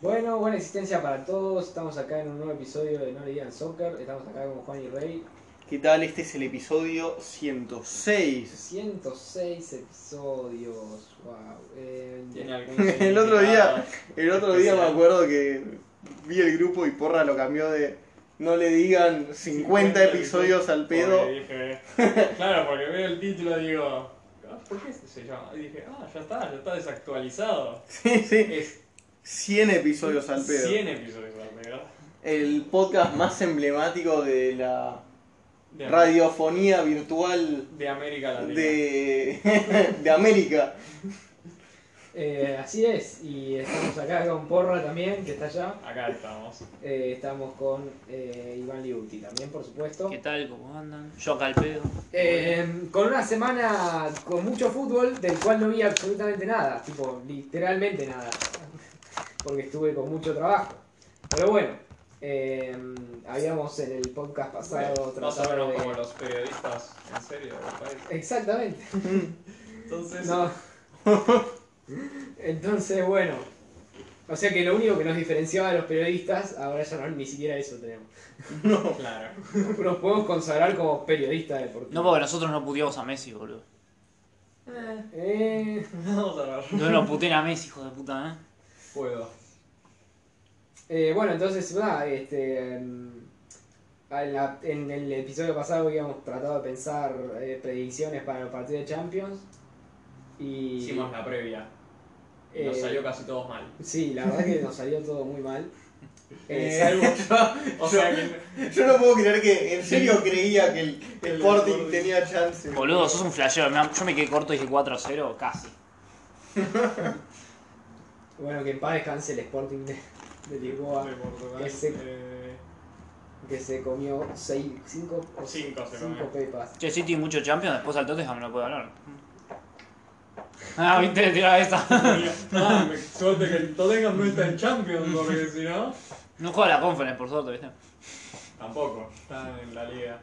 Bueno, buena existencia para todos. Estamos acá en un nuevo episodio de No Le Digan Soccer. Estamos acá con Juan y Rey. ¿Qué tal? Este es el episodio 106. 106 episodios. Wow. Eh, Tiene algún El otro día- significado. El otro día me acuerdo que vi el grupo y porra lo cambió de no le digan 50 episodios al pedo. Porque dije, claro, porque veo el título y digo, "Ah, ¿por qué se llama? Y dije, ah, ya está, ya está desactualizado. Sí, sí. Es 100 episodios al pedo. 100 episodios al pedo. El podcast más emblemático de la De, radiofonía virtual de América Latina. de, de América. eh, así es. Y estamos acá con Porra también, que está allá. Acá estamos. Eh, estamos con eh, Iván Liuti también, por supuesto. ¿Qué tal? ¿Cómo andan? Yo acá al pedo. Eh, con una semana con mucho fútbol, del cual no vi absolutamente nada. Tipo, literalmente nada. Porque estuve con mucho trabajo. Pero bueno. eh, habíamos en el podcast pasado Más o tratado menos de- como los periodistas, en serio, del país. Exactamente. Entonces, No. Entonces, bueno. O sea que lo único que nos diferenciaba de los periodistas, ahora ya no, ni siquiera eso tenemos. claro. Nos podemos consagrar como periodistas deportivos. No, porque nosotros no puteamos a Messi, boludo. Eh, Vamos a ver. No nos puteen a Messi, hijo de puta, ¿eh? Puedo. eh, bueno, entonces, nada, este, em, a la- en el episodio pasado habíamos tratado de pensar eh, predicciones para los partidos de Champions. Y, Hicimos la previa. Y nos Eh, salió casi todos mal. Sí, la verdad que nos salió todo muy mal. Eh, Eh, salvo- O sea que Yo no puedo creer que en serio creía que el, el El Sporting Sporting. tenía chance. Boludo, sos un flashero. me- Yo me quedé corto y dije 4 a 0, casi. bueno, que en paz descanse el Sporting de, de Lisboa. de Portugal. Ese- eh, que se comió 5 cinco, o Cinco se cinco comió. pepas. Che, City mucho Champions, después al Tottenham no puede hablar. Ah, viste, tiraba esa. Ah, me- suerte que el Tottenham no está en Champions, porque si no. No juega la Conference, por suerte, viste. Tampoco, está en la liga.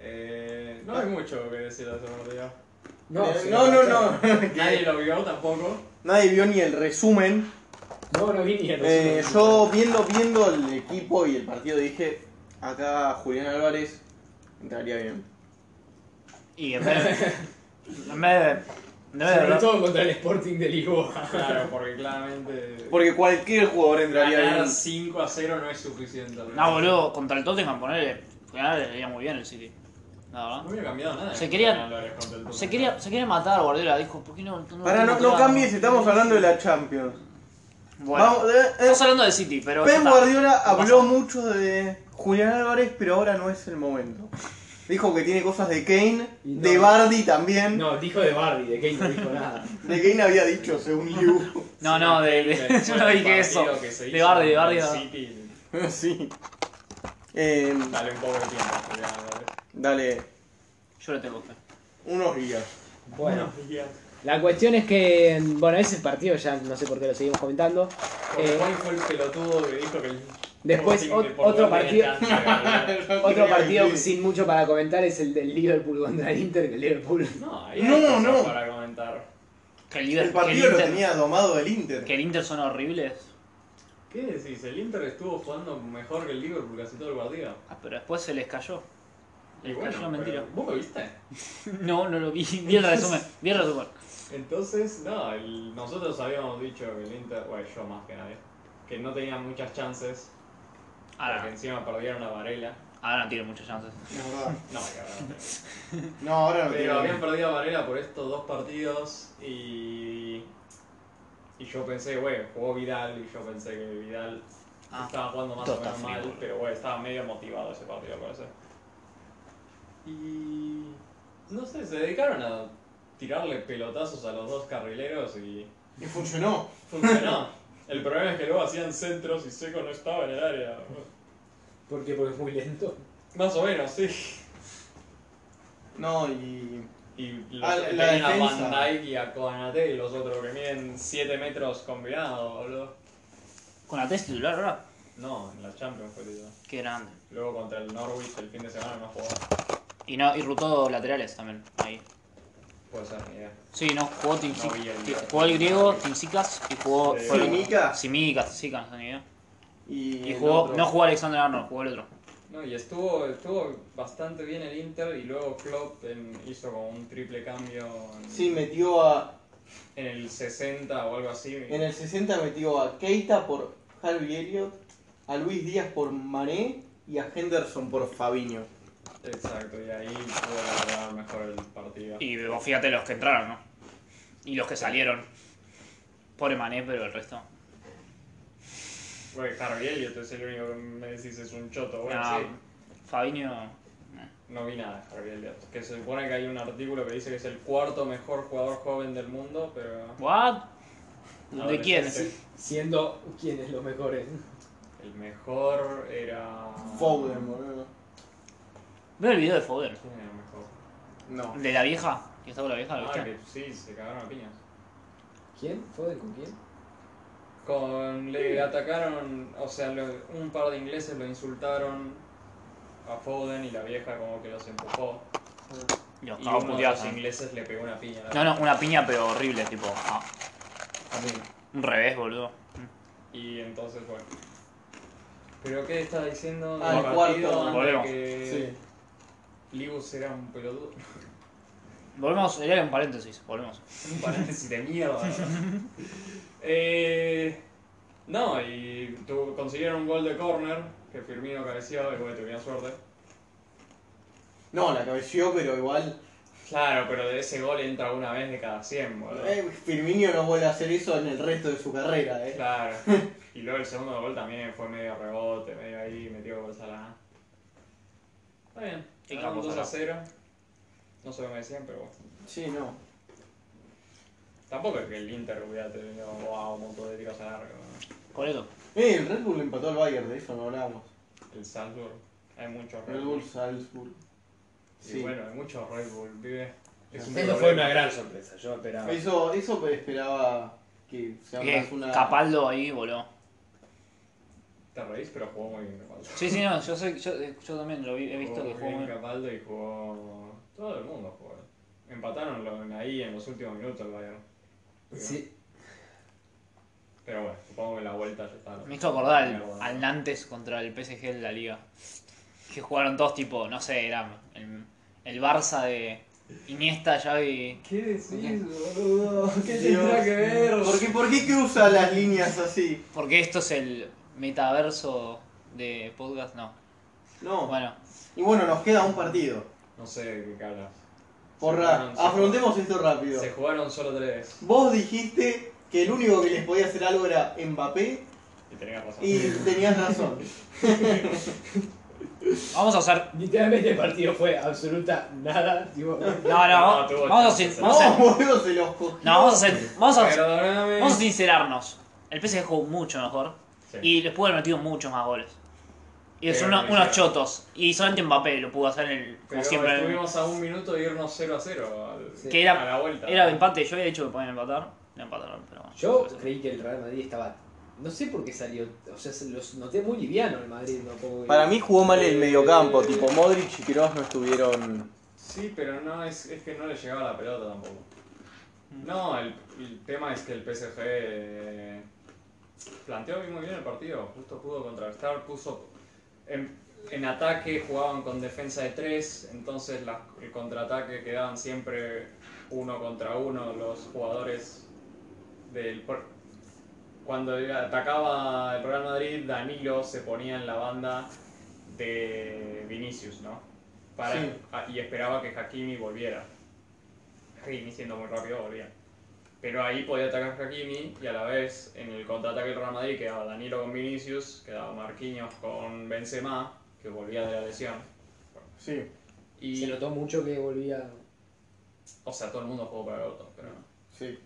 Eh, no hay mucho que decir de ese partido. Eh, se no, no, lo no. mancharon. Nadie lo vio tampoco. Nadie vio ni el resumen. No, no vi ni el Eh, resumen. yo viendo, viendo el equipo y el partido dije, acá Julián Álvarez entraría bien. Y en vez de. En vez de. En Sobre vez de. todo contra el Sporting de Lisboa. Claro, porque claramente. Porque cualquier jugador entraría ganar bien. 5 a 0 no es suficiente. No, Ah, boludo, contra el Tottenham, ponerle. Ganar le iría muy bien el City. La No verdad. hubiera cambiado nada. Se quería- Julián Álvarez contra el Se Tottenham. quería, se quería matar, Guardiola, dijo, ¿por qué no? no Pará, no, no cambies, estamos hablando de la Champions. Bueno, Vamos, eh, eh, estamos hablando de City, pero. ya Pep está. Guardiola No habló pasa. mucho de Julián Álvarez, pero ahora no es el momento. Dijo que tiene cosas de Kane, Y no. de Bardi también. No, dijo de Barbie, de Kane no dijo nada. De Kane había dicho, según Liu. No, no, de, de- Después yo no del dije eso. partido que se De hizo Bardi, de con Bardi. el no. City, sí. Eh, Dale un poco de tiempo, Julián Álvarez. dale, Yo le tengo fe. unos días. Bueno, Unos días. la cuestión es que, bueno, ese partido ya no sé por qué lo seguimos comentando. Porque Eh, ¿Cuál fue el pelotudo que dijo que el. Después, Sporting de ot- Portugal otro tenía partido- chance de ganar? Otro partido sin mucho para comentar es el del Liverpool contra el Inter, que el Liverpool No, ahí hay No, cosas no. para comentar. Que el, Liber- El que el partido lo Inter, tenía domado el Inter. que el Inter son horribles. ¿Qué decís? El Inter estuvo jugando mejor que el Liverpool casi todo el partido. Ah, pero después se les cayó. Y Les bueno, cayó, mentira. pero- ¿vos lo viste? No, no lo vi. Vi el resumen. Vi el resumen. Entonces, no, el- nosotros habíamos dicho que el Inter, bueno, yo más que nadie, que no tenía muchas chances, porque Ahora, encima perdieron a Varela. ahora no tiene muchas chances. Es verdad. No, que ahora no tengo. No, ahora no Pero habían tiene. perdido a Varela por estos dos partidos y. Y yo pensé, bueno, jugó Vidal y yo pensé que Vidal Ah. estaba jugando más o Todo está menos mal, frío, boludo. pero bueno, estaba medio motivado ese partido, parece. Y. No sé, se dedicaron a tirarle pelotazos a los dos carrileros y. Y funcionó. Funcionó. El problema es que luego hacían centros y Seco no estaba en el área. ¿Por qué? Porque es muy lento. Más o menos, sí. No, y. Y Ah, los, la tenían a defensa. Van Dijk y a Konaté y los otros que miden 7 metros combinados, boludo. Con la test titular ahora. No, en la Champions fue titular. Qué grande. Luego contra el Norwich el fin de semana no jugó. Y no, y rutó laterales también. Ahí. Puede ser, ni idea. Sí, no, jugó No vi el Timsicas. video. Jugó el griego, Timsicas y jugó. Eh, Sí. fueron- ¿Simica? Simicas, Timsicas, no sé ni idea. Y, Y el jugó, otro. no jugó Alexander Arnold, jugó el otro. No, y estuvo, estuvo bastante bien el Inter y luego Klopp en- hizo como un triple cambio en, Sí, metió a. en el 60 o algo así. En el 60 metió a Keita por Harvey Elliott, a Luis Díaz por Mané y a Henderson por Fabinho. Exacto, y ahí pudo ganar mejor el partido. Y vos fíjate los que entraron, ¿no? Y los que salieron. Pobre Mané, pero el resto. Güey, Harvey Elliott es el único que me decís es un choto. Bueno, No, sí, Ah, Fabinho. no vi nada de Harvey Elliott. Que se supone que hay un artículo que dice que es el cuarto mejor jugador joven del mundo, pero... ¿What? ¿De Adolescente. quién? Siendo quienes los mejores. El mejor era... Foden, boludo. Veo el video de Foden. ¿Quién era el mejor? No. De la vieja. Que está con la vieja, ¿lo Ah, viste? que sí, se cagaron a piñas. ¿Quién? ¿Foden con quién? Con, le atacaron, o sea, lo- un par de ingleses lo insultaron a Foden y la vieja como que los empujó. Y los Y cagó uno de puteados. los ¿eh? ingleses le pegó una piña. a la- No, no, una piña pero horrible, tipo. ah, a mí. un revés, boludo. Y entonces, bueno. ¿Pero qué estaba diciendo? Ah, del el partido cuarto, antes volvemos. que Sí. Libus era un pelotudo. Volvemos, era un paréntesis, volvemos. Un paréntesis de mierda. eh, no, y tu- consiguieron un gol de córner que Firmino cabeció y bueno, tuvieron suerte. No, la cabeció, pero igual. Claro, pero de ese gol entra una vez de cada 100, boludo. Eh, Firmino no vuelve a hacer eso en el resto de su carrera, eh. Claro. Y luego el segundo gol también fue medio rebote, medio ahí, metió gol Salah. Está bien. Y Ganaron capo 2 a 0. No sé lo que me decían, pero bueno. Sí, no. Tampoco es que el Inter hubiera tenido wow, un montón de tiros a largo. ¿no? Por eso. Eh, el Red Bull empató al Bayern, de eso no hablamos. El Salzburg. Hay muchos Red Red Bull. Bull Salzburg. Y Sí. bueno, hay muchos Red Bull, vive. Es un Eso problema. fue una gran sorpresa, yo esperaba. Eso, eso esperaba que se Eh, armase una. Capaldo ahí, boludo. Te reís, pero jugó muy bien Capaldo. Sí, sí, no, yo, sé, yo, yo también lo vi- he visto Jugó que muy jugó Oh, bien muy Capaldo y jugó. Todo el mundo jugó. Empataron lo- ahí en los últimos minutos el Bayern. Sí. Pero bueno, supongo que la vuelta ya está. Me hizo acordar al, Mierda. al Nantes contra el PSG en la liga. Que jugaron todos tipo, no sé, era el, el Barça de Iniesta, Xavi. ¿Qué decís, boludo? ¿Qué Dios. tendrá que ver? ¿Por qué, ¿Por qué cruza las líneas así? Porque esto es el metaverso de podcast, no. No. Bueno, Y bueno, nos queda un partido. No sé de qué hablas. Porra, jugaron, se afrontemos esto rápido. Se jugaron solo tres. Vos dijiste que el único que les podía hacer algo era Mbappé Y tenías razón. y tenías razón. vamos a hacer. Literalmente el partido fue absoluta nada. tipo, No, no, No, tuvo vamos a chances, sin- ¿no? vamos a- No, boludo, se los cogió. No, vamos a ser- Vamos a, Perdóname. vamos a sincerarnos. El PSG jugó mucho mejor. Sí. Y les pudo haber metido muchos más goles. Y es Pero uno- no unos hicieron. chotos. Y solamente Mbappé lo pudo hacer en el, como Pero siempre. en el- estuvimos a un minuto de irnos 0 a 0 al, Sí. Que a era, la vuelta. era de empate. Yo había dicho que podían empatar. No empataron, pero bueno. Yo creí que el Real Madrid estaba. No sé por qué salió. O sea, se los noté muy liviano el Madrid. ¿no? Como que- Para mí jugó mal el mediocampo, tipo Modric y Kroos no estuvieron. Sí, pero no es, es que no le llegaba la pelota tampoco. No, el, el tema es que el PSG eh, planteó muy bien el partido, justo pudo contrarrestar, puso en, en ataque jugaban con defensa de tres, entonces la- el contraataque quedaban siempre uno contra uno los jugadores del por- cuando atacaba el Real Madrid, Danilo se ponía en la banda de Vinicius, ¿no? Para, Sí. a- y esperaba que Hakimi volviera. Hakimi siendo muy rápido volvía. Pero ahí podía atacar Hakimi y a la vez en el contraataque del Real Madrid quedaba Danilo con Vinicius, quedaba Marquinhos con Benzema, que volvía de la lesión. Sí. Y, Se notó mucho que volvía. o sea, todo el mundo jugó para otro, pero Sí.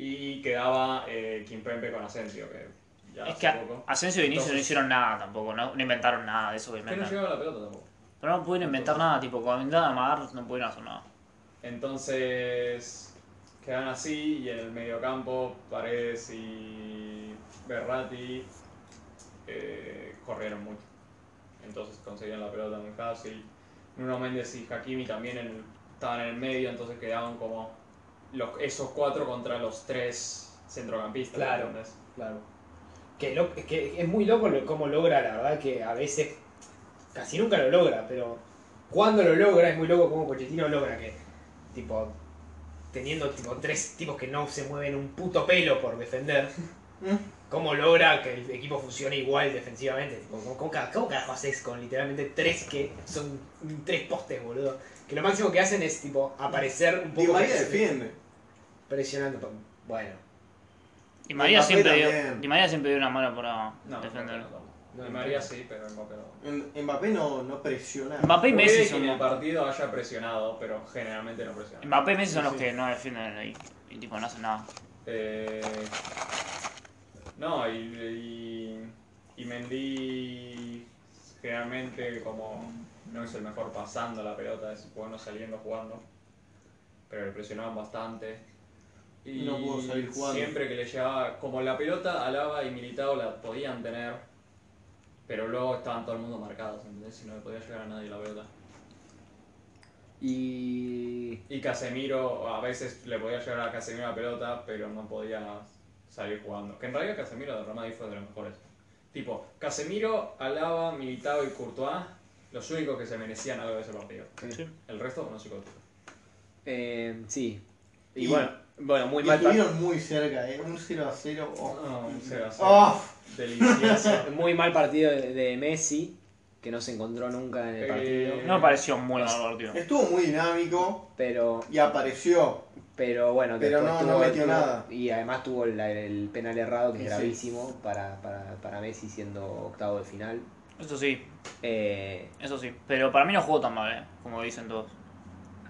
Y quedaba eh, Kimpembe con Asensio, que ya Es hace que a- poco. Asensio y Vinicius no Entonces- hicieron nada tampoco, no, no inventaron nada de eso que Que no inventan. llegaba la pelota tampoco. Pero no pudieron inventar nada, tipo, cuando intentaron amagar no pudieron hacer nada. Entonces quedan así y en el mediocampo Paredes y Berrati eh, corrieron mucho. Entonces conseguían la pelota muy fácil. Nuno Méndez y Hakimi también en- estaban en el medio, entonces quedaban como los, esos cuatro contra los tres centrocampistas. Claro. ¿entendés? Claro. Que, lo- es que es muy loco lo- cómo logra, la verdad que a veces casi nunca lo logra, pero cuando lo logra es muy loco cómo Pochettino logra que, tipo, teniendo tipo tres tipos que no se mueven un puto pelo por defender, ¿Mm? cómo logra que el equipo funcione igual defensivamente. Tipo, ¿cómo, cómo ca- cómo carajo haces con literalmente tres que son tres postes, boludo? Que lo máximo que hacen es, tipo, aparecer un poco Di María presi- defiende. presionando. pa- Bueno, Y María Mbappé siempre dio, también. Di María siempre dio una mano para No, defender. no, no. No, Y no. María sí, pero Mbappé no. En- Mbappé no, no presiona. Mbappé y Messi Puede que en el son, partido haya presionado, pero generalmente no presiona. Mbappé y Messi son los que no defienden ahí. Y tipo, no hacen nada. Eh, no, y, y, y Mendy generalmente como no es el mejor pasando la pelota, es bueno saliendo jugando, pero le presionaban bastante. Y No pudo salir jugando. siempre que le llegaba, como la pelota Alaba y Militao la podían tener, pero luego estaban todo el mundo marcados, ¿entendés? Y no le podía llegar a nadie la pelota. y Y Casemiro, a veces le podía llegar a Casemiro la pelota, pero no podía salir jugando. Que en realidad Casemiro de Real Madrid fue de los mejores. Tipo, Casemiro, Alaba, Militao y Courtois, los únicos que se merecían algo de ese partido. Sí. El resto no se contó. Eh, sí. Y, Y- bueno, bueno, muy Y mal, par- estuvieron muy cerca, ¿eh? Un 0 a 0. oh. No, Ah, un 0 a 0. Ah, Oh. Delicioso. muy mal partido de, de Messi, que no se encontró nunca en el Eh, partido. No me pareció muy mal partido. Estuvo muy dinámico Pero, y apareció. pero bueno, Pero después no- no tuvo- metió tuvo- nada. Y además tuvo la- el penal errado, que es Sí. gravísimo para, para, para Messi siendo octavo de final. Eso sí, Eh, eso sí. Pero para mí no jugó tan mal, eh, como dicen todos.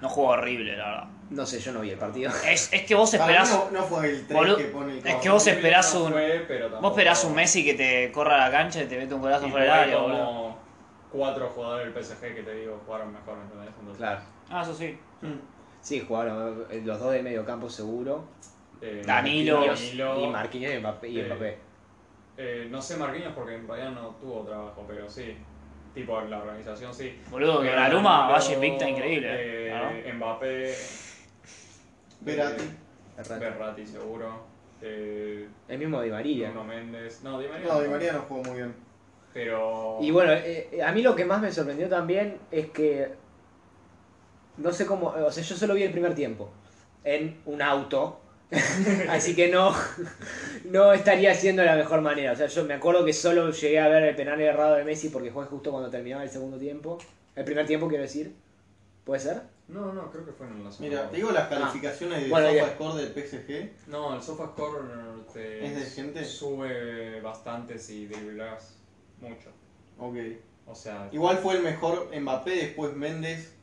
No jugó horrible, la verdad. no sé, yo no vi el partido. Es, es que vos Para mí esperás. no, no fue el 3 Boludo, eh, que pone el es que cabrón. vos esperás No un- fue, pero tampoco- Vos esperás un Messi que te corra a la cancha y te mete un Y golazo fue fuera del área, boludo. como cuatro jugadores del PSG que te digo jugaron mejor, ¿entendés? Entonces, Claro. Ah, eso sí. Sí, jugaron eh, los dos de medio campo seguro. eh, Danilo. Danilo, Y Marquinhos y Mbappé. y Eh, Mbappé. Eh, no sé Marquinhos porque en realidad no tuvo trabajo, pero sí. Tipo, en la organización sí. Boludo, que Pero la Luma Danilo, vaya invicta increíble. eh, ¿no? Eh, Mbappé, Verati. Eh, Errante. Berrati seguro. Eh, El mismo Di María. Bruno Méndez. No, Di María. No, Di María no jugó muy bien. Pero. Y bueno, eh, eh, a mí lo que más me sorprendió también es que. No sé cómo. O sea, yo solo vi el primer tiempo. En un auto. Así que no. No estaría haciendo de la mejor manera. O sea, yo me acuerdo que solo llegué a ver el penal errado de Messi porque fue justo cuando terminaba el segundo tiempo. El primer tiempo, quiero decir. ¿Puede ser? No, no, creo que fue en la zona. Mira, te digo las calificaciones de Bueno, ya. SofaScore del PSG. No, el SofaScore te ¿Es decente? sube bastante si driblas mucho. Ok. O sea, Igual fue el mejor Mbappé, después Méndez.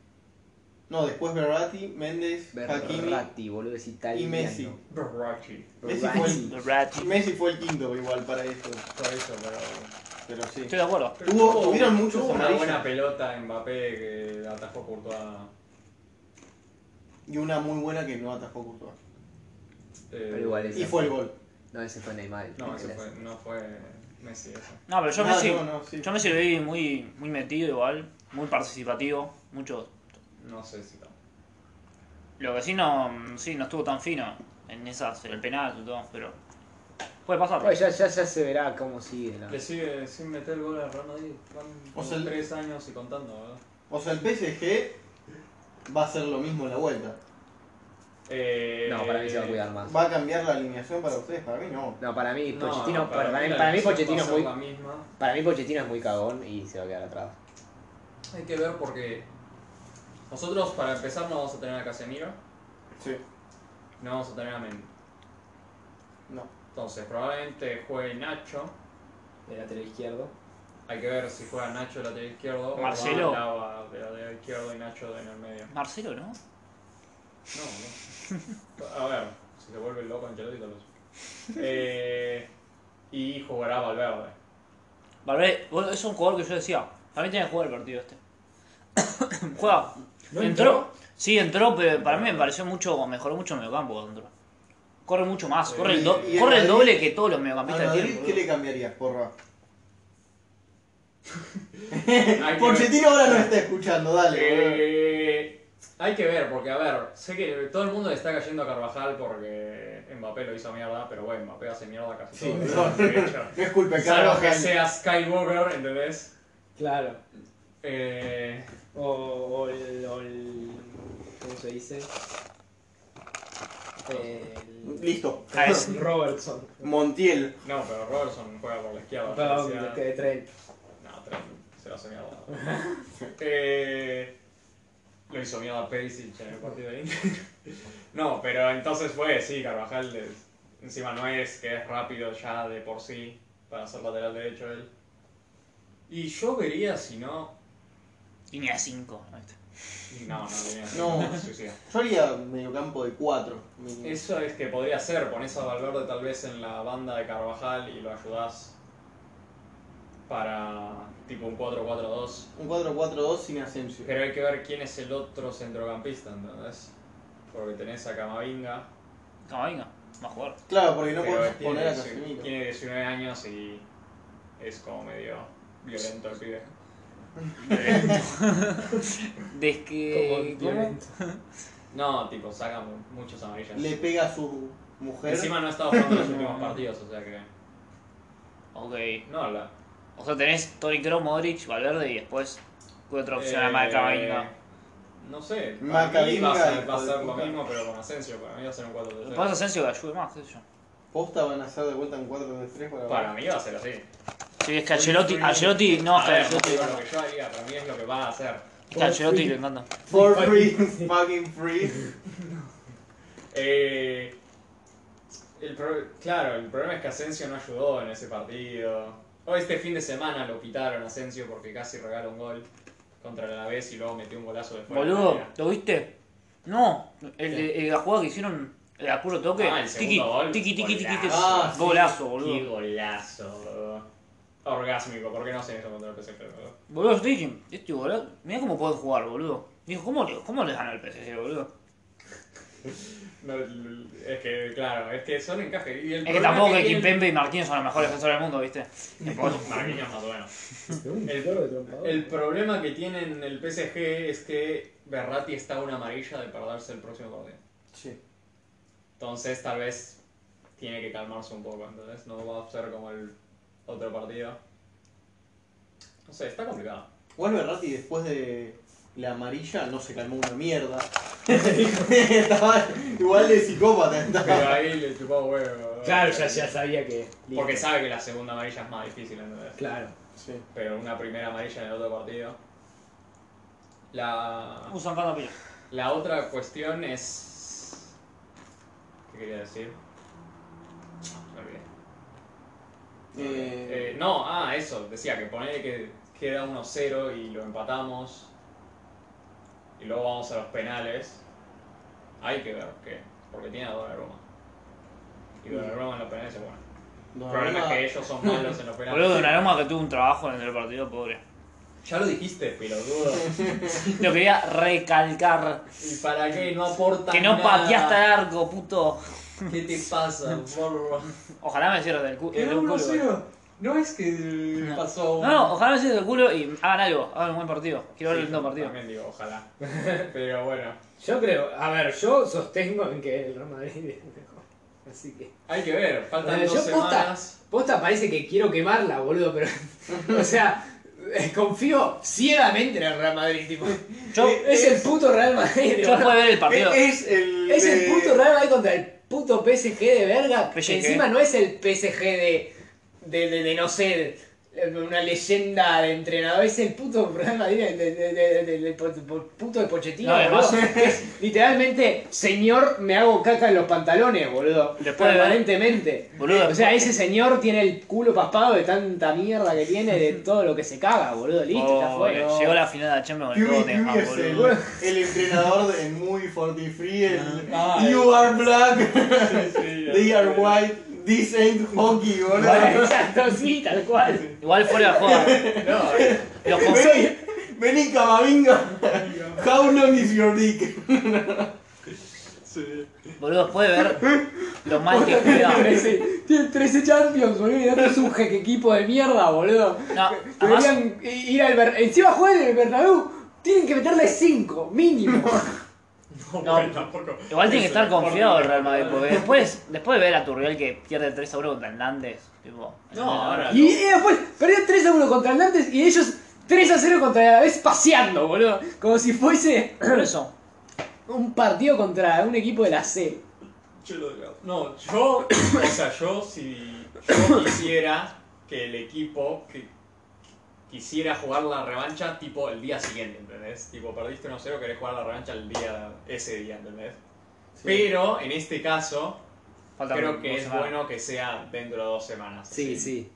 No, después Verratti, Méndez, Hakimi Berratti, boludo, es italiano. y Messi. Berrati. Messi fue, el, Berratti. Berratti. Messi fue el quinto igual para esto, Por eso, pero. pero sí. Estoy de acuerdo. Pero Tuvo- tuvo- tuvieron muchos tuvo una amarillos. buena pelota Mbappé que atajó Courtois. Y una muy buena que no atajó Courtois. eh, Pero igual es- Y fue el gol. No, ese fue Neymar. No, eso fue, no fue Messi eso. No, pero yo No, Messi. no, no, sí. Yo Messi lo vi muy, muy metido igual, muy participativo, mucho. No sé si no. Lo que sí no, sí, no estuvo tan fino en esas, en el penal y todo, pero puede pasar. Bueno, ya, ya, ya se verá cómo sigue. la- Le sigue sin meter el gol al Real Madrid. Van O como sea, el- tres años y contando, ¿verdad? O sea, el PSG va a hacer lo mismo en la vuelta. Eh, No, para mí se va a cuidar más. ¿Va a cambiar la alineación para ustedes? Para mí no. No, para mí, No, Pochettino, para, para mí, la para mí elección Pochettino va a es ser muy, la misma. para mí Pochettino es muy cagón y se va a quedar atrás. Hay que ver porque nosotros para empezar no vamos a tener a Casemiro, Sí. no vamos a tener a Mendy. No. Entonces probablemente juegue Nacho. De lateral izquierdo. Hay que ver si juega Nacho de lateral izquierdo o Marcelo. Lava de lateral izquierdo y Nacho en el medio. Marcelo, ¿no? No, no. A ver, si se vuelve loco Ancelotti tal vez. Eh, y jugará Valverde. Valverde, bueno, es un jugador que yo decía, para mí tiene que jugar el partido este. Juega. entró? Sí, entró, pero para mí me pareció mucho, mejoró mucho el mediocampo cuando entró. Corre mucho más, corre el, do- ¿Y- y el corre el Madrid? doble que todos los ¿A mediocampistas Madrid tienen. qué boludo. le cambiarías, porra? Hay que ver. Pochettino ahora no está escuchando, dale. boludo. Eh, Hay que ver, porque a ver, sé que todo el mundo le está cayendo a Carvajal porque Mbappé lo hizo mierda, pero bueno, Mbappé hace mierda casi Sí, todo. el no. mundo, de hecho. No es culpa de Salvo que Carvajal. sea Skywalker, ¿entendés? Claro. Eh, O, o el, o el- ¿Cómo se dice? El, Listo. Ah, es- Robertson. Montiel. no, pero Robertson juega por la izquierda. Perdón, ya que decía- de tren. No, Trent se lo hace mierda. eh, lo hizo mierda Perisic en el partido de Inter. no, pero entonces fue, sí, Carvajal. es- encima no es que es rápido ya de por sí para ser lateral derecho él. Y yo vería si no. Línea 5. ahí está. No, no, tenía- No. suicida. Yo haría mediocampo de 4. Eso es que podría ser, pones a Valverde tal vez en la banda de Carvajal y lo ayudás para tipo un 4-4-2. Un 4-4-2 sin Asensio. Pero hay que ver quién es el otro centrocampista, ¿entendés? Porque tenés a Camavinga. Camavinga, va a jugar. Claro, porque no pero este, podés tiene, poner a 19 Casemiro. tiene 19 años y es como medio violento el pibe. Desde que. ¿cómo? no, tipo, saca mu- muchas amarillas. Le pega a su mujer. Encima no ha estado jugando los últimos partidos, o sea que... Ok. No, la... O sea, tenés Toni Kroos, Modric, Valverde y después. ¿Qué otra opción Eh, además de Camavinga? No sé. Maca para mí va a Vinga, ser, va a hijo de ser lo puta. mismo, pero con Asensio. Para mí va a ser un 4 Lo 3 que pasa es Asensio que ayude más, qué sé yo. Posta van a hacer de vuelta en 4-3-3 para... Para mí va a ser así. Sí, es que Ancelotti, Ancelotti, no, A es que ver, Ancelotti, digo lo que yo haría, para mí es lo que va a hacer. es que Ancelotti le encanta. For free, fucking free. Eh, el pro- Claro, el problema es que Asensio no ayudó en ese partido. O este fin de semana lo pitaron a Asensio porque casi regaló un gol contra el Alavés y luego metió un golazo de fuera. de Boludo, área. ¿lo viste? No, el, el- la jugada que hicieron, el apuro toque, Ah, el tiki, segundo gol, tiki, tiki, tiki, tiki, golazo. Ah, sí. golazo, Qué boludo. golazo, boludo. Orgásmico, ¿por qué no hacen eso contra el PSG, boludo? Boludo, yo te dije, este boludo, mirá cómo pueden jugar, boludo. Dijo, ¿cómo le, cómo le ganó el PSG, boludo? No, es que, claro, es que son encajes. Y el Es que problema tampoco que tienen- Kimpembe y Martínez son los mejores defensores del mundo, ¿viste? Marquinhos más bueno. Un El- toro de trompador. El problema que tienen el PSG es que Berratti está a una amarilla de perderse el próximo partido. Sí. Entonces, tal vez tiene que calmarse un poco, entonces no va a ser como el otro partido. No sé, está complicado. Igual Berratti después de la amarilla no se calmó una mierda. estaba igual de psicópata. Pero Estaba. ahí le chupó huevo. Claro, ya, ya sabía que. Porque sabe que la segunda amarilla es más difícil, ¿entendés? Claro. Sí. Pero una primera amarilla en el otro partido. La. Usan cada pila. La otra cuestión es. ¿Qué quería decir? Me olvidé. Eh, Eh, no, ah, eso, decía que ponele que queda 1-0 y lo empatamos. Y luego vamos a los penales. Hay que ver qué, porque tiene a Donnarumma. Y Donnarumma en los penales es bueno. El problema es que Donnarumma- ellos son malos en los penales. Boludo, Donnarumma que tuvo un trabajo en el partido, pobre. Ya lo dijiste, pelotudo. Lo quería recalcar. ¿Y para qué? No aporta Que no nada. pateaste al arco, puto. ¿Qué te pasa, morro? Ojalá me cierres del cu- el Era culo. 1-0. No es que pasó. No, no, ojalá me cierres el culo y hagan algo, hagan un buen partido. Quiero Sí, ver el lindo partido. También digo, ojalá. Pero bueno, Yo creo. A ver, yo sostengo en que el Real Madrid es mejor. Así que. hay que ver. Faltan Bueno, dos yo posta- semanas. Posta parece que quiero quemarla, boludo, pero. o sea, eh, confío ciegamente en el Real Madrid, tipo. Yo- Eh, es el puto Real Madrid, Yo boludo. puedo ver el partido. Eh, Es, es el. Es el de- puto Real Madrid contra el puto PSG de verga. PSG. Que encima no es el PSG de. de, de, de no sé. de Una leyenda de entrenador, es el puto Real Madrid del de, de, de- de- del po- po- puto de Pochettino, No, además- boludo. Que es Literalmente, señor, me hago caca en los pantalones, boludo. Después de- permanentemente. Boludo, O sea, ese señor tiene el culo paspado de tanta mierda que tiene, de todo lo que se caga, boludo. Listo, Oh, está fuera. Llegó la final de la Champions con el Huey- Tottenham, Huey es el, boludo. el entrenador de- en Muy 43, el Ah, You are black, they They are white, this ain't hockey, Bueno, boludo. Exacto, sí, tal cual. Igual fuera de joda. No, Los con- Vení, vení Camavinga, how long is your dick? Boludo, después de ver lo mal que juega. Trece- Tiene 13 Champions, boludo. Y no te surge qué equipo de mierda, boludo. No, además, Deberían ir al Bernabéu. Encima juegan en el Bernabéu. Tienen que meterle 5, mínimo. No, No. bueno, tampoco. Igual tiene que Eso, estar por confiado el mí, Real Madrid, no, porque después, después de ver a Turriel que pierde 3 euros contra el Nández, tipo. No, ahora. y, y después perdió 3 a 1 contra el Nantes y ellos 3 a 0 contra la vez paseando, boludo. Como si fuese Por eso. un partido contra un equipo de la C. Yo lo digo. No, yo, o sea, yo si yo quisiera que el equipo que quisiera jugar la revancha tipo el día siguiente, ¿entendés? Tipo, perdiste 1-0, querés jugar la revancha el día, ese día, ¿entendés? Pero en este caso, Falta creo un- que una es semana. bueno que sea dentro de dos semanas. Sí, así. sí.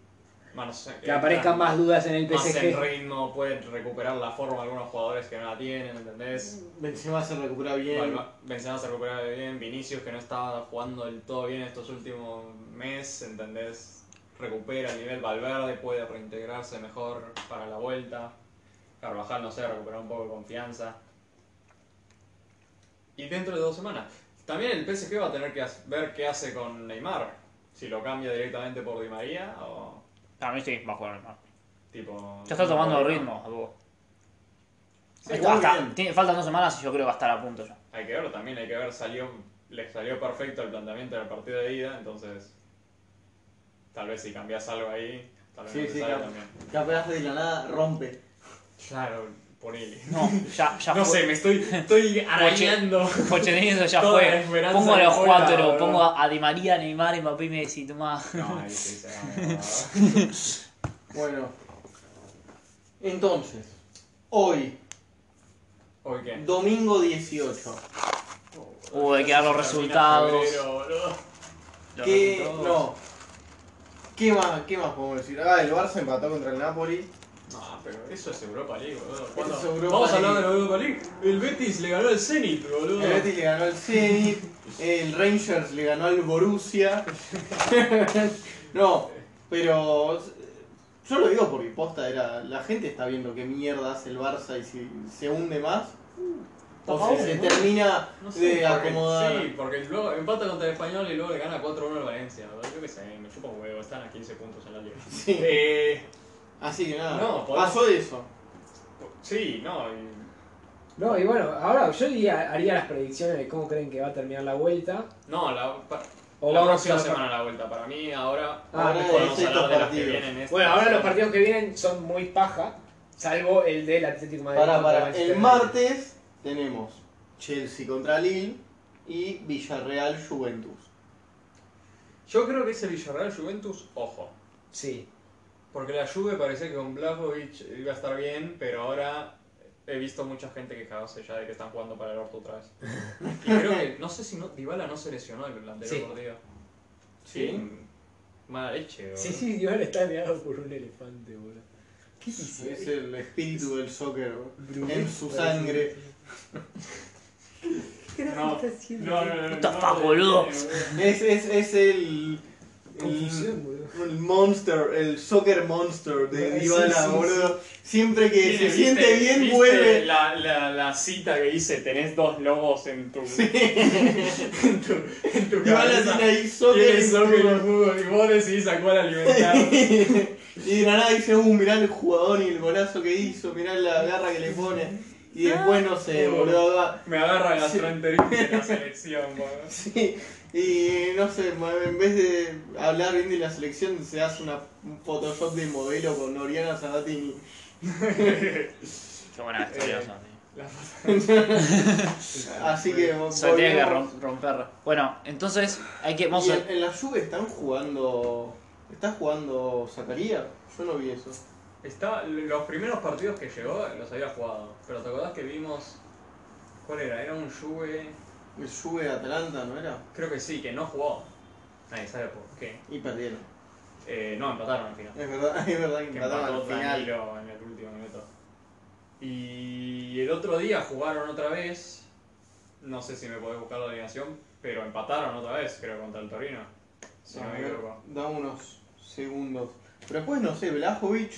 Más, no sé, Que aparezcan más dudas en el Más en PSG. ritmo, pueden recuperar la forma algunos jugadores que no la tienen, ¿entendés? Benzema se recupera bien. Valva- Benzema se recupera bien, Vinicius que no estaba jugando del todo bien estos últimos meses, ¿entendés? Recupera el nivel Valverde, puede reintegrarse mejor para la vuelta. Carvajal, no sé, recuperar un poco de confianza. Y dentro de dos semanas. También el PSG va a tener que ha- ver qué hace con Neymar. Si lo cambia directamente por Di María o Para mí sí, va Ah, a jugar Neymar. tipo... Ya está tomando ritmo, a poco. Sí, Está- muy está- bien. tiene- faltan dos semanas y yo creo que va a estar a punto ya. Hay que verlo también, hay que ver, salió, les salió perfecto el planteamiento del partido de ida, entonces tal vez si cambias algo ahí, tal vez Sí, no te sí, salga claro. también. Capaz de la nada rompe. Claro, ponele. No, ya, ya No fue. sé, me estoy, estoy arañando. Pochettino Pues eso ya Toda la fue. esperanza Pongo a de los fuera, cuatro, boludo. pongo a Di María, Neymar, Mbappé y Messi, tomá. No, ahí sí, se va. Bueno. Entonces, hoy, ¿Hoy qué? domingo 18. Uy, hay que dar los Se termina resultados. febrero, boludo. ¿Qué, no. ¿Qué más, ¿Qué más podemos decir? Ah, el Barça empató contra el Napoli. No, pero eso es Europa League, boludo. ¿Cuándo- es Europa Vamos a hablar de League. la Europa League. El Betis le ganó al Zenit, boludo. El Betis le ganó al Zenit. El Rangers le ganó al Borussia. no, pero eh, yo lo digo porque posta era. La gente está viendo qué mierda hace el Barça y si se hunde más. O si se termina Mm, No sé, de porque- acomodar. Sí, porque luego empata contra el español y luego le gana 4-1 al Valencia. boludo. Yo qué sé, me chupa un huevo, están a 15 puntos en la liga. Sí. Eh, Así que nada. No, podés- pasó eso. sí, no. y- No, y bueno, ahora yo diría, haría las predicciones de cómo creen que va a terminar la vuelta. No, la, pa- O la vamos próxima a- semana la vuelta. Para mí, ahora. Ah, ahora no, podemos es hablar estos de las que partidos. vienen. esta Bueno, ahora los semana. partidos que vienen son muy paja, salvo el del Atlético de Madrid. Para, contra para. Manchester El United. martes tenemos Chelsea contra Lille y Villarreal Juventus. Yo creo que ese Villarreal Juventus, ojo. Sí. Porque la Juve parecía que con Blažović iba a estar bien, pero ahora he visto mucha gente quejándose ya de que están jugando para el orto otra vez. Y creo que, no sé si no, Dybala no se lesionó en el anterior Sí. partido. Sí. Mala leche, boludo. Sí, sí, Iván está mirado por un elefante, boludo. ¿Qué Es hiciste? el espíritu del soccer en su sangre. ¿Qué No, está haciendo? No, no, no. What the no, fuck, no, boludo. Es, es, es el, el, Confusión, boludo. el monster, el soccer monster de Sí, Dybala, sí, sí. boludo. Siempre que se ¿Viste- siente bien, viste vuelve. La, la, la cita que hice, tenés dos lobos en tu. en tu, en tu Dybala cabeza. tiene ahí soccer Tienes en solo su- el fútbol y vos decidís a cuál alimentar. y de la nada dice, uh, mirá el jugador y el golazo que hizo, mirá la garra que le pone. Y después no sé, boludo. va- Me agarra la Sí. gastroenteritis en la selección, boludo. Sí. Y no sé, ma- en vez de hablar bien de la selección, se hace una, un Photoshop de modelo con Oriana Sabatini. Qué buena Eh, historia son, tío. Así que. Solo tiene que volvemos. rom- romper. Bueno, entonces hay que. Vamos Y a- en, en la Juve están jugando. ¿Está jugando Zacarías? Yo no vi eso. Estaba, los primeros partidos que llegó los había jugado, pero te acordás que vimos. ¿Cuál era? Era un Juve. El Juve Atalanta, ¿no era? Creo que sí, que no jugó. Nadie sabe por qué. Y perdieron. Eh, no, empataron al final. Es verdad, es verdad que Que empataron empató al final. Danilo en el último minuto. Y el otro día jugaron otra vez. No sé si me podés buscar la alineación, pero empataron otra vez, creo, contra el Torino. Si no A me ver, equivoco. da unos segundos. Pero después, no sé, Blajovic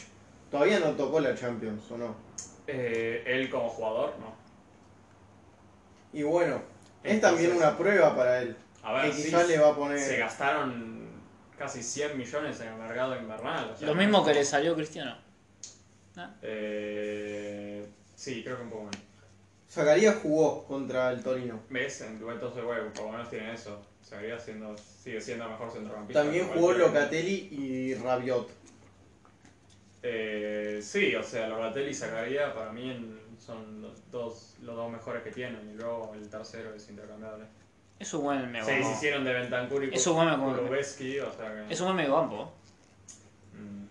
todavía no tocó la Champions, ¿o no? Eh, él como jugador, no. Y bueno, es también Entonces- una prueba para él. A ver, que sí, quizás le va a poner. se gastaron casi 100 millones en el mercado invernal. o sea, Lo mismo que le salió a Cristiano. Eh, Sí, creo que un poco menos. Zacarías jugó contra el Torino. ¿Ves? En duetos de huevo, por lo menos tiene eso. Seguiría siendo, sigue siendo mejor centrocampista. También que jugó cualquiera. Locatelli y Rabiot. Eh, sí, o sea, Locatelli y Zacarías para mí en- son los dos, los dos mejores que tienen. Y luego el tercero es intercambiable. Es un buen Se mediocampo. hicieron de Bentancur y Eso bueno, como- Kulusevski, o sea que... eh. Es un buen mediocampo. Mm.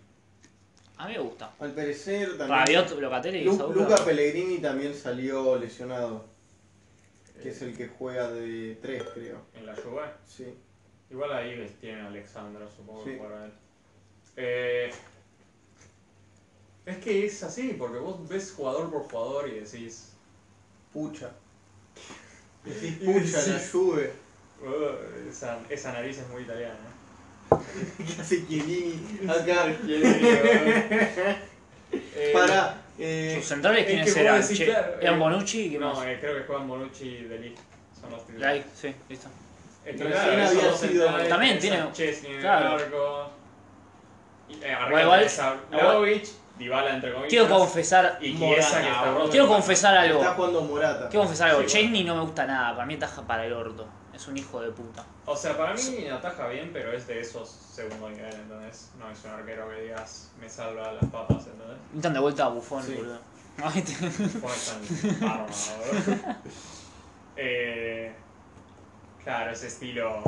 A mí me gusta. Al parecer también. Rabiot, Locatelli y Lu- Saúl Luca Ramos. Pellegrini también salió lesionado. Que es el que juega de 3, creo. En la Juve. Sí. Igual ahí les tienen a Alexandra, supongo Sí. que jugará él. Eh, es que es así, porque vos ves jugador por jugador y decís. Pucha. Decís pucha, la Juve. "Uh, esa, esa nariz es muy italiana. ¿no?". ¿Qué hace Chiellini acá? Eh, Para. Eh, Sus centrales, es ¿quiénes que vos eran? decís, Che, claro, eran eh, Bonucci y ¿qué No, más? eh, creo que juegan Bonucci y Deli. Son los titulares. Like, sí, listo. Es que, Recién claro, esos había dos sido- centrales, También tenés a tiene- Chesney en el claro. arco. Y, eh, Igual- arriba tenés a Vlahovic, Dybala entre comillas. Quiero confesar. Y Morata, Chiesa que está boludo. roto. Quiero confesar algo. está jugando Morata. Quiero confesar algo. Sí, bueno. Chesney no me gusta nada. Para mí taja para el orto. Es un hijo de puta. O sea, para mí ataja bien, pero es de esos segundo nivel, entonces no es un arquero que digas me salva las papas, ¿entendés? Intentan de vuelta a Bufón, Sí. boludo. Ay, te- Pone tan arma, boludo. Eh, claro, ese estilo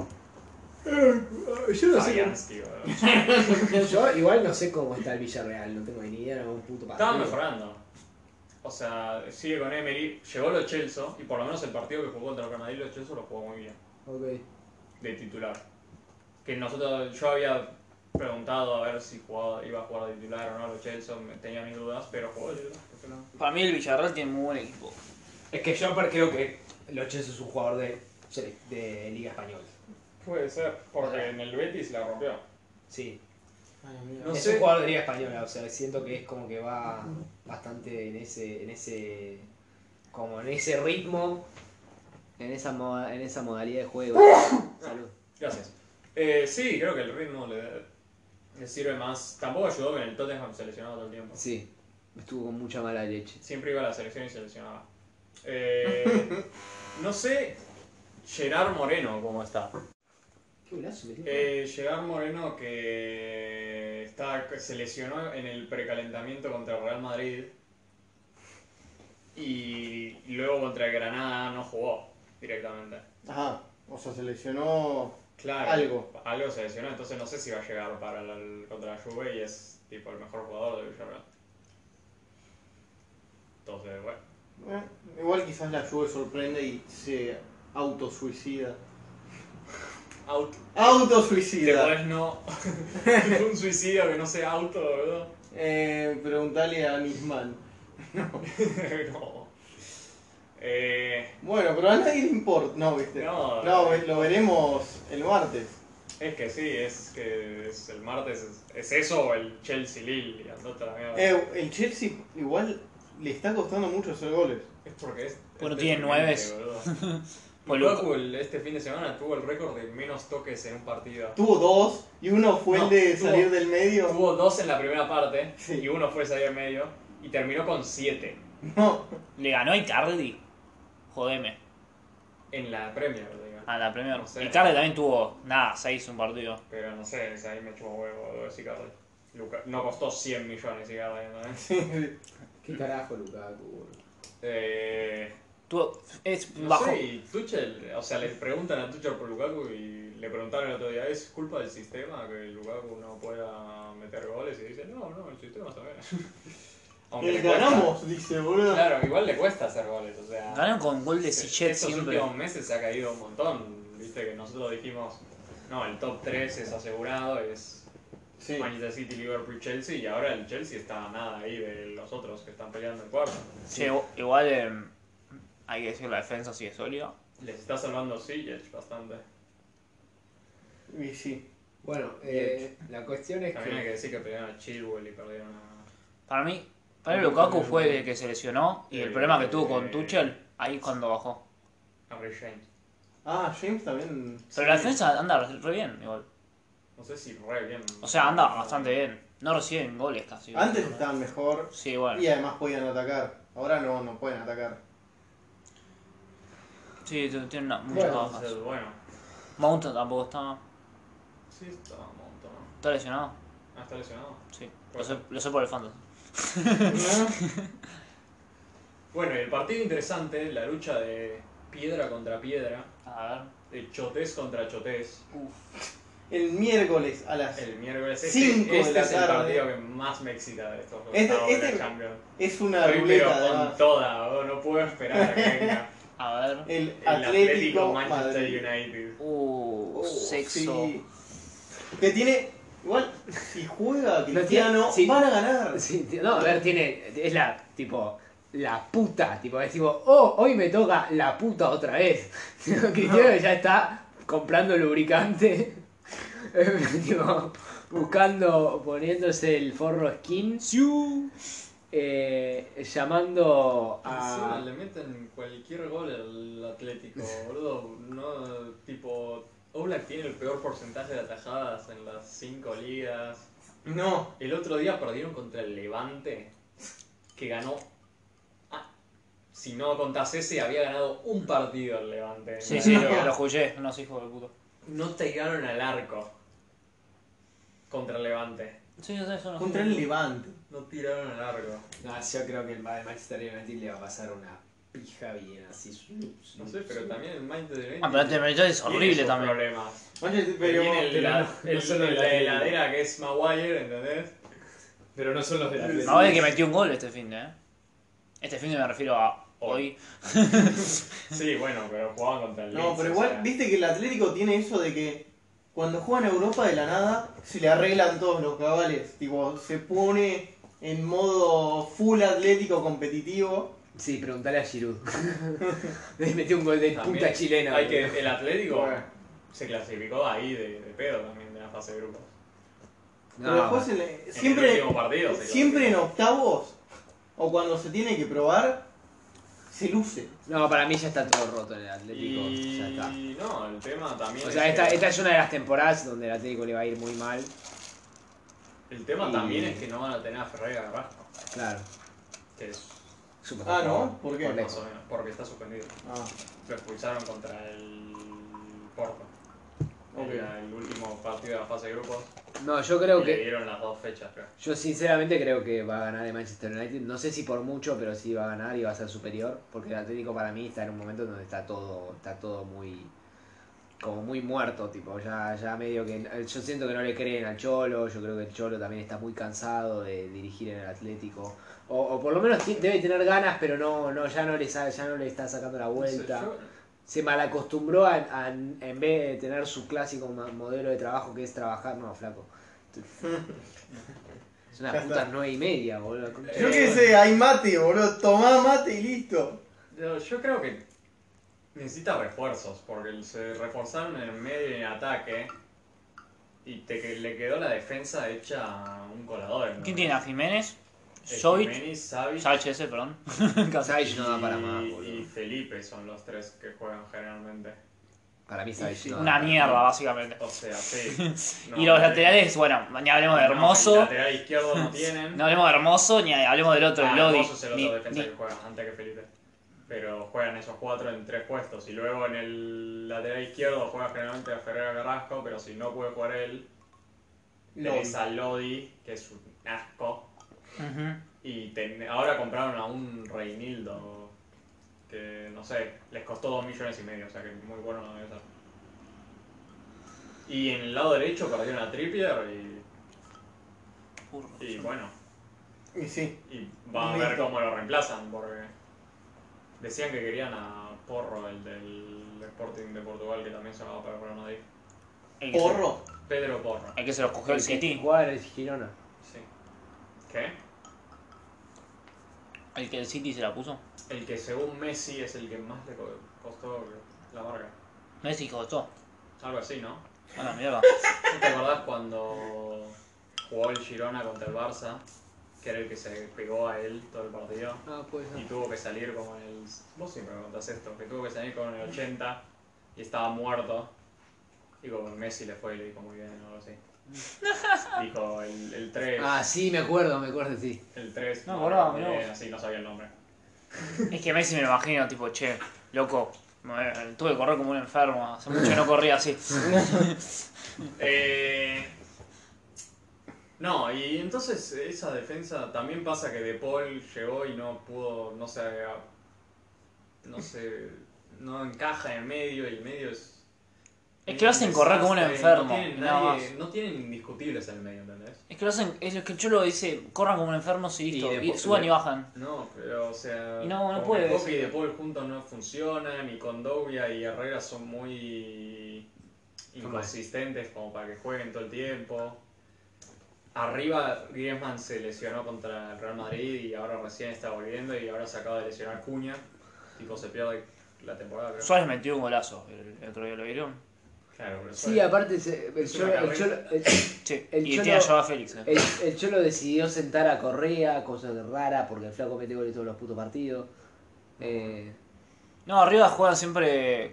Yo no sé. cómo- Fabianski, boludo. Yo igual no sé cómo está el Villarreal, no tengo ni idea, no hago un puto partido. Estaba mejorando. O sea, sigue con Emery, llegó lo Chelso, y por lo menos el partido que jugó contra Canadá lo Chelso lo jugó muy bien, Ok. de titular. Que nosotros, yo había preguntado a ver si jugaba, iba a jugar de titular o no lo Chelso, me- tenía mis dudas, pero jugó de titular, ¿por qué no? Para mí el Villarreal tiene muy buen equipo. Es que yo creo que Loches es un jugador de, sele- de Liga Española. Puede ser, porque en el Betis la rompió. Sí. Ay, amigo. No es sé. un jugador de Liga Española, o sea, siento que es como que va bastante en ese. en ese. como en ese ritmo. En esa, moda- en esa modalidad de juego. Salud. Gracias. Eh, sí, creo que el ritmo le, le sirve más. Tampoco ayudó que en el Tottenham se lesionaba todo el tiempo. Sí. Estuvo con mucha mala leche. Siempre iba a la selección y se lesionaba. Eh, no sé Gerard Moreno cómo está. Qué golazo metió. Eh, Gerard Moreno que está, se lesionó en el precalentamiento contra el Real Madrid y luego contra el Granada no jugó directamente. Ajá. O sea, se lesionó. Claro. Algo. Algo se lesionó, entonces no sé si va a llegar para la, contra la Juve y es tipo el mejor jugador de Villarreal. Entonces, bueno. Eh, igual quizás la Juve sorprende y se autosuicida. Out. Te Autosuicida. podés no. un suicidio que no sea auto, ¿verdad? Eh, preguntale a Nisman. no. Eh, Bueno, pero a nadie le importa. No, viste. No. ve- lo veremos el martes. es que sí, es que es el martes es, es eso o el Chelsea Lille y andate a la mierda. Eh, el Chelsea igual le está costando mucho hacer goles. Es porque es. Bueno, es tiene deprimente, nueves. boludo. Boludo. Lukaku el- este fin de semana tuvo el récord de menos toques en un partido. Tuvo dos y uno fue No, el de tuvo- salir del medio. Tuvo dos en la primera parte Sí. y uno fue salir en medio y terminó con siete No, Le ganó a Icardi. Jodeme. en la Premier, digo. A la Premier. No sé. Icardi también tuvo. Nada, seis un partido. Pero no sé, si ahí me chupa huevo boludo, ese Icardi. Luca- No costó 100 millones Icardi, ¿no? Qué carajo, Lukaku, boludo. Eh, Tuvo. Es no bajo. sé, y Tuchel, o sea, le preguntan a Tuchel por Lukaku y le preguntaron el otro día, ¿es culpa del sistema que Lukaku no pueda meter goles? Y dice, no, no, el sistema está bien. Aunque el le cuesta. ganamos, dice, boludo. Claro, igual le cuesta hacer goles, o sea... Ganaron con gol de Sí, Sichet estos siempre. últimos meses se ha caído un montón. Viste que nosotros dijimos, no, el top 3 es asegurado, es Sí. Manchester City, Liverpool, Chelsea, y ahora el Chelsea está nada ahí de los otros que están peleando el cuarto. Che, igual eh, hay que decir la defensa sí es sólida. Les está salvando Siege bastante. Y sí. Bueno, eh, la cuestión es También hay que que. decir que perdieron a Chilwell y perdieron a... Para mí, para mí Lukaku fue el que se lesionó y Eh, el problema que tuvo eh. con Tuchel, ahí es cuando bajó. a Ray James. Ah, James también. Pero la defensa anda re bien igual. No sé si re bien. O sea, anda bastante bien. No reciben goles casi. Antes estaban mejor Sí, igual. y además podían atacar. Ahora no, no pueden atacar. Sí, t- tienen una- muchas Bueno, bajas. Entonces, bueno. Mount tampoco está. Sí, está un montón. Está lesionado. Ah, está lesionado. Sí. Lo sé, lo sé por el fantasy. Bueno, y el partido interesante, la lucha de piedra contra piedra, A ver. de chotés contra chotés. El miércoles a las. El miércoles Cinco este, de este la es el tarde. partido que más me excita de estos Este- octavos de la este- Champions. Es una Estoy pero ruleta. con además. toda, boludo, no puedo esperar a que venga A ver. El, el Atlético, Atlético Manchester Madrid. United. Uh, Oh, sexo. sí. Que tiene. Igual, si juega tiene- Cristiano, sí. van a ganar. Sí, t- no, a ver, tiene. Es la. Tipo. La puta. Tipo, es tipo. Oh, hoy me toca la puta otra vez. Cristiano ya está comprando lubricante. tipo, buscando. Poniéndose el forro skin. Eh, llamando Encima a. Ah, le meten cualquier gol al Atlético, boludo. No, tipo, Oblak tiene el peor porcentaje de atajadas en las cinco ligas. No, El otro día perdieron contra el Levante, que ganó. Ah, si no contás ese, había ganado un partido el Levante. Sí, No sí, te lo llegaron- escuché. Unos hijos de puto. No te llegaron al arco contra el Levante. Sí, yo sé, son los contra el Levante. No tiraron al arco. No, yo creo que el Ma- Manchester United le va a pasar una pija bien así. No sé, pero también el Manchester United. Ah, pero este United es tiene horrible sus también. Problemas. Manchester- pero- Pero tiene el- pero- la, no- el- no solo el la Atlético. heladera que es Maguire, ¿entendés? Pero no son los del Atlético. No, es que metió un gol este fin de, ¿eh? Este fin de me refiero a hoy. Sí, bueno, pero jugaban contra el No, Leeds, pero o igual, sea. viste que el Atlético tiene eso de que cuando juega en Europa de la nada, se le arreglan todos los cabales. Tipo, se pone en modo full atlético competitivo. Sí, preguntale a Giroud. Le metió un gol de También puta chilena. Hay boludo. que, el Atlético Bueno. se clasificó ahí de, de pedo también de la fase de grupos. Pero después en la- En el siempre, último partido se siempre en clasificó. octavos o cuando se tiene que probar, se luce. No, para mí ya está todo roto en el Atlético. Y eh, Ya está. no, el tema también. O es sea, esta, que- esta es una de las temporadas donde el Atlético le va a ir muy mal. El tema y- también es que no van a tener a Ferreira Carrasco, Claro. Ah, que es Super Ah, ¿no? ¿Por qué? Por más lejos. o menos, porque está suspendido. Ah, Lo expulsaron contra el Porto. Ok. Era el último partido de la fase de grupos. No, yo creo y le que. dieron las dos fechas, creo. Yo sinceramente creo que va a ganar el Manchester United. No sé si por mucho, pero sí va a ganar y va a ser superior. Porque el Atlético para mí está en un momento donde está todo, está todo muy. como muy muerto, tipo, ya, ya medio que. Yo siento que no le creen al Cholo, yo creo que el Cholo también está muy cansado de dirigir en el Atlético. O, o por lo menos ti- debe tener ganas, pero no, no, ya no le sa- ya no le está sacando la vuelta. No sé, yo- se malacostumbró a, a- en vez de tener su clásico ma- modelo de trabajo que es trabajar, no, flaco. Es Ya unas está. putas nueve y media, boludo. la concha Eh, Yo de qué la sé, hay mate, boludo. Tomá mate y listo. Yo, yo creo que necesita refuerzos, porque se reforzaron en el medio y en ataque. Y te, que- le quedó la defensa hecha un colador. ¿no? ¿Quién tiene a Jiménez? Eh, Jovic. Jiménez, Savic Sánchez, ese, perdón. madre. Savage y, no da para más, boludo. y Felipe son los tres que juegan generalmente. Para mí Savage no da Una para mierda, básicamente. O sea, sí. No, y los no, laterales, bueno, ni hablemos de no, Hermoso. el lateral izquierdo no tienen. No hablemos de Hermoso, ni hablemos del otro, Ah, de Lodi. Hermoso es el Ni- otro defensa ni- que juega antes que Felipe. Pero juegan esos cuatro en tres puestos. Y luego en el lateral izquierdo juega generalmente a Ferreira Carrasco, pero si no puede jugar él, tenés a Lodi, que es un asco. Ujú. Y ten- ahora compraron a un Reinildo, que no sé, les costó dos millones y medio, o sea que muy bueno no debe ser. Y en el lado derecho perdieron a Trippier y, Furro, y yo- bueno, Y sí. y vamos a ver Listo. cómo lo reemplazan, porque decían que querían a Porro, el del Sporting de Portugal, que también se va para el Real Madrid. el que se- Porro. Pedro Porro, El que se los cogió el El que City. juega en el Girona. sí. ¿Qué? El que el City se la puso. El que según Messi es el que más le co- costó la marca. Messi costó. Algo así, ¿no? A la mierda. ¿No te acordás cuando jugó el Girona contra el Barça? Que era el que se pegó a él todo el partido. Ah, pues Y tuvo que salir como en el. Vos siempre me contás esto, que tuvo que salir como en el 80 y estaba muerto. Y como Messi le fue y le dijo muy bien o algo así. Dijo el, el 3. Ah, sí, me acuerdo, me acuerdo, sí. El 3. No, boludo, mirá vos. Así no sabía el nombre. Es que Messi me lo imagino, tipo, che, loco, me- eh, tuve que correr como un enfermo, hace mucho que no corría así. Eh, no, y entonces esa defensa también pasa que De Paul llegó y no pudo, no sé, no sé, no encaja en el medio y el medio es... Es que lo hacen correr como un desastre, enfermo, No tienen, nada nadie- más. no tienen indiscutibles en el medio, ¿entendés? Es que lo hacen, es lo que el Cholo dice, corran como un enfermo y listo, Y y después- suban y bajan. No, pero o sea... Y no, no como puede que Coque ser. y De Paul juntos no funcionan y Condovia y Herrera son muy inconsistentes como para que jueguen todo el tiempo. Arriba Griezmann se lesionó contra el Real Madrid y ahora recién está volviendo y ahora se acaba de lesionar Cuña. Tipo se pierde la temporada, creo. Suárez metió un golazo, el, el otro día lo vieron. Claro, pero Sí, Suárez- aparte, se- el Es una Cholo, el, Cholo, carrera. el, Sí, El y Cholo- tiene a Joao Félix. ¿eh? el- el Cholo decidió sentar a Correa, cosa rara, porque el flaco mete goles todos los putos partidos. Eh, No, arriba juegan siempre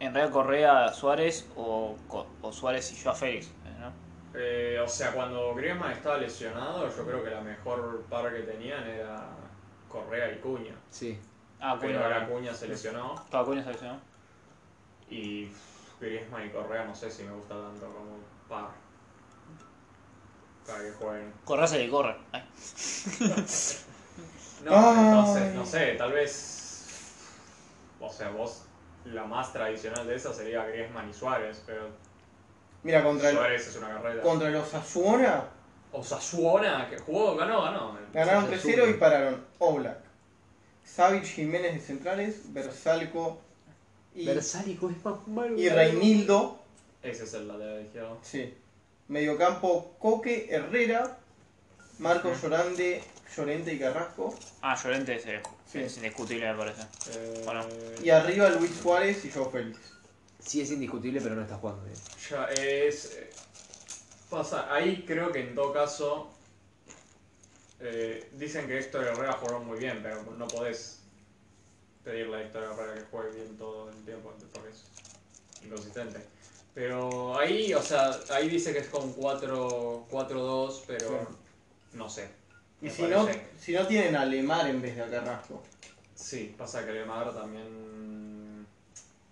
en realidad Correa, Suárez o, Co- o Suárez y Joao Félix, eh, ¿no? Eh, o sea, cuando Griezmann estaba lesionado, yo creo que la mejor par que tenían era Correa y Cuña. sí. Ah, Pero ahora Cuña. Cuña se lesionó. Claro, Cuña se lesionó. Y Griezmann y Correa no sé si me gusta tanto como par. Para que jueguen. Correa se le corre. Ay. No, Ah. entonces, no sé, tal vez. O sea, vos, la más tradicional de esa sería Griezmann y Suárez, pero Mira, contra, el, Suárez es una carrera. contra los Asuna O Sassuona, que jugó, ganó, ganó. ganaron Osasuna. 3-0 y pararon Oblak, Savic Jiménez de centrales, Bersalco y, Versálico es más malo. y Reinildo. Ese es el lateral izquierdo. Sí. Mediocampo Coque, Herrera, Marcos Llorande, Llorente y Carrasco. Ah, Llorente es, eh, Sí. es indiscutible, me parece. Eh, Bueno. Y arriba Luis Suárez y Joao Félix. Sí, es indiscutible, pero no está jugando bien. Ya es. eh, Pasa, ahí creo que en todo caso. eh, dicen que Héctor Herrera jugó muy bien, pero no podés pedirle a Héctor Herrera que juegue bien todo el tiempo, porque es inconsistente. Pero ahí, o sea, ahí dice que es con 4 4-2, pero no sé. Y me si no, parece. si no tienen a Lemar en vez de a Carrasco. Sí, pasa que Lemar también.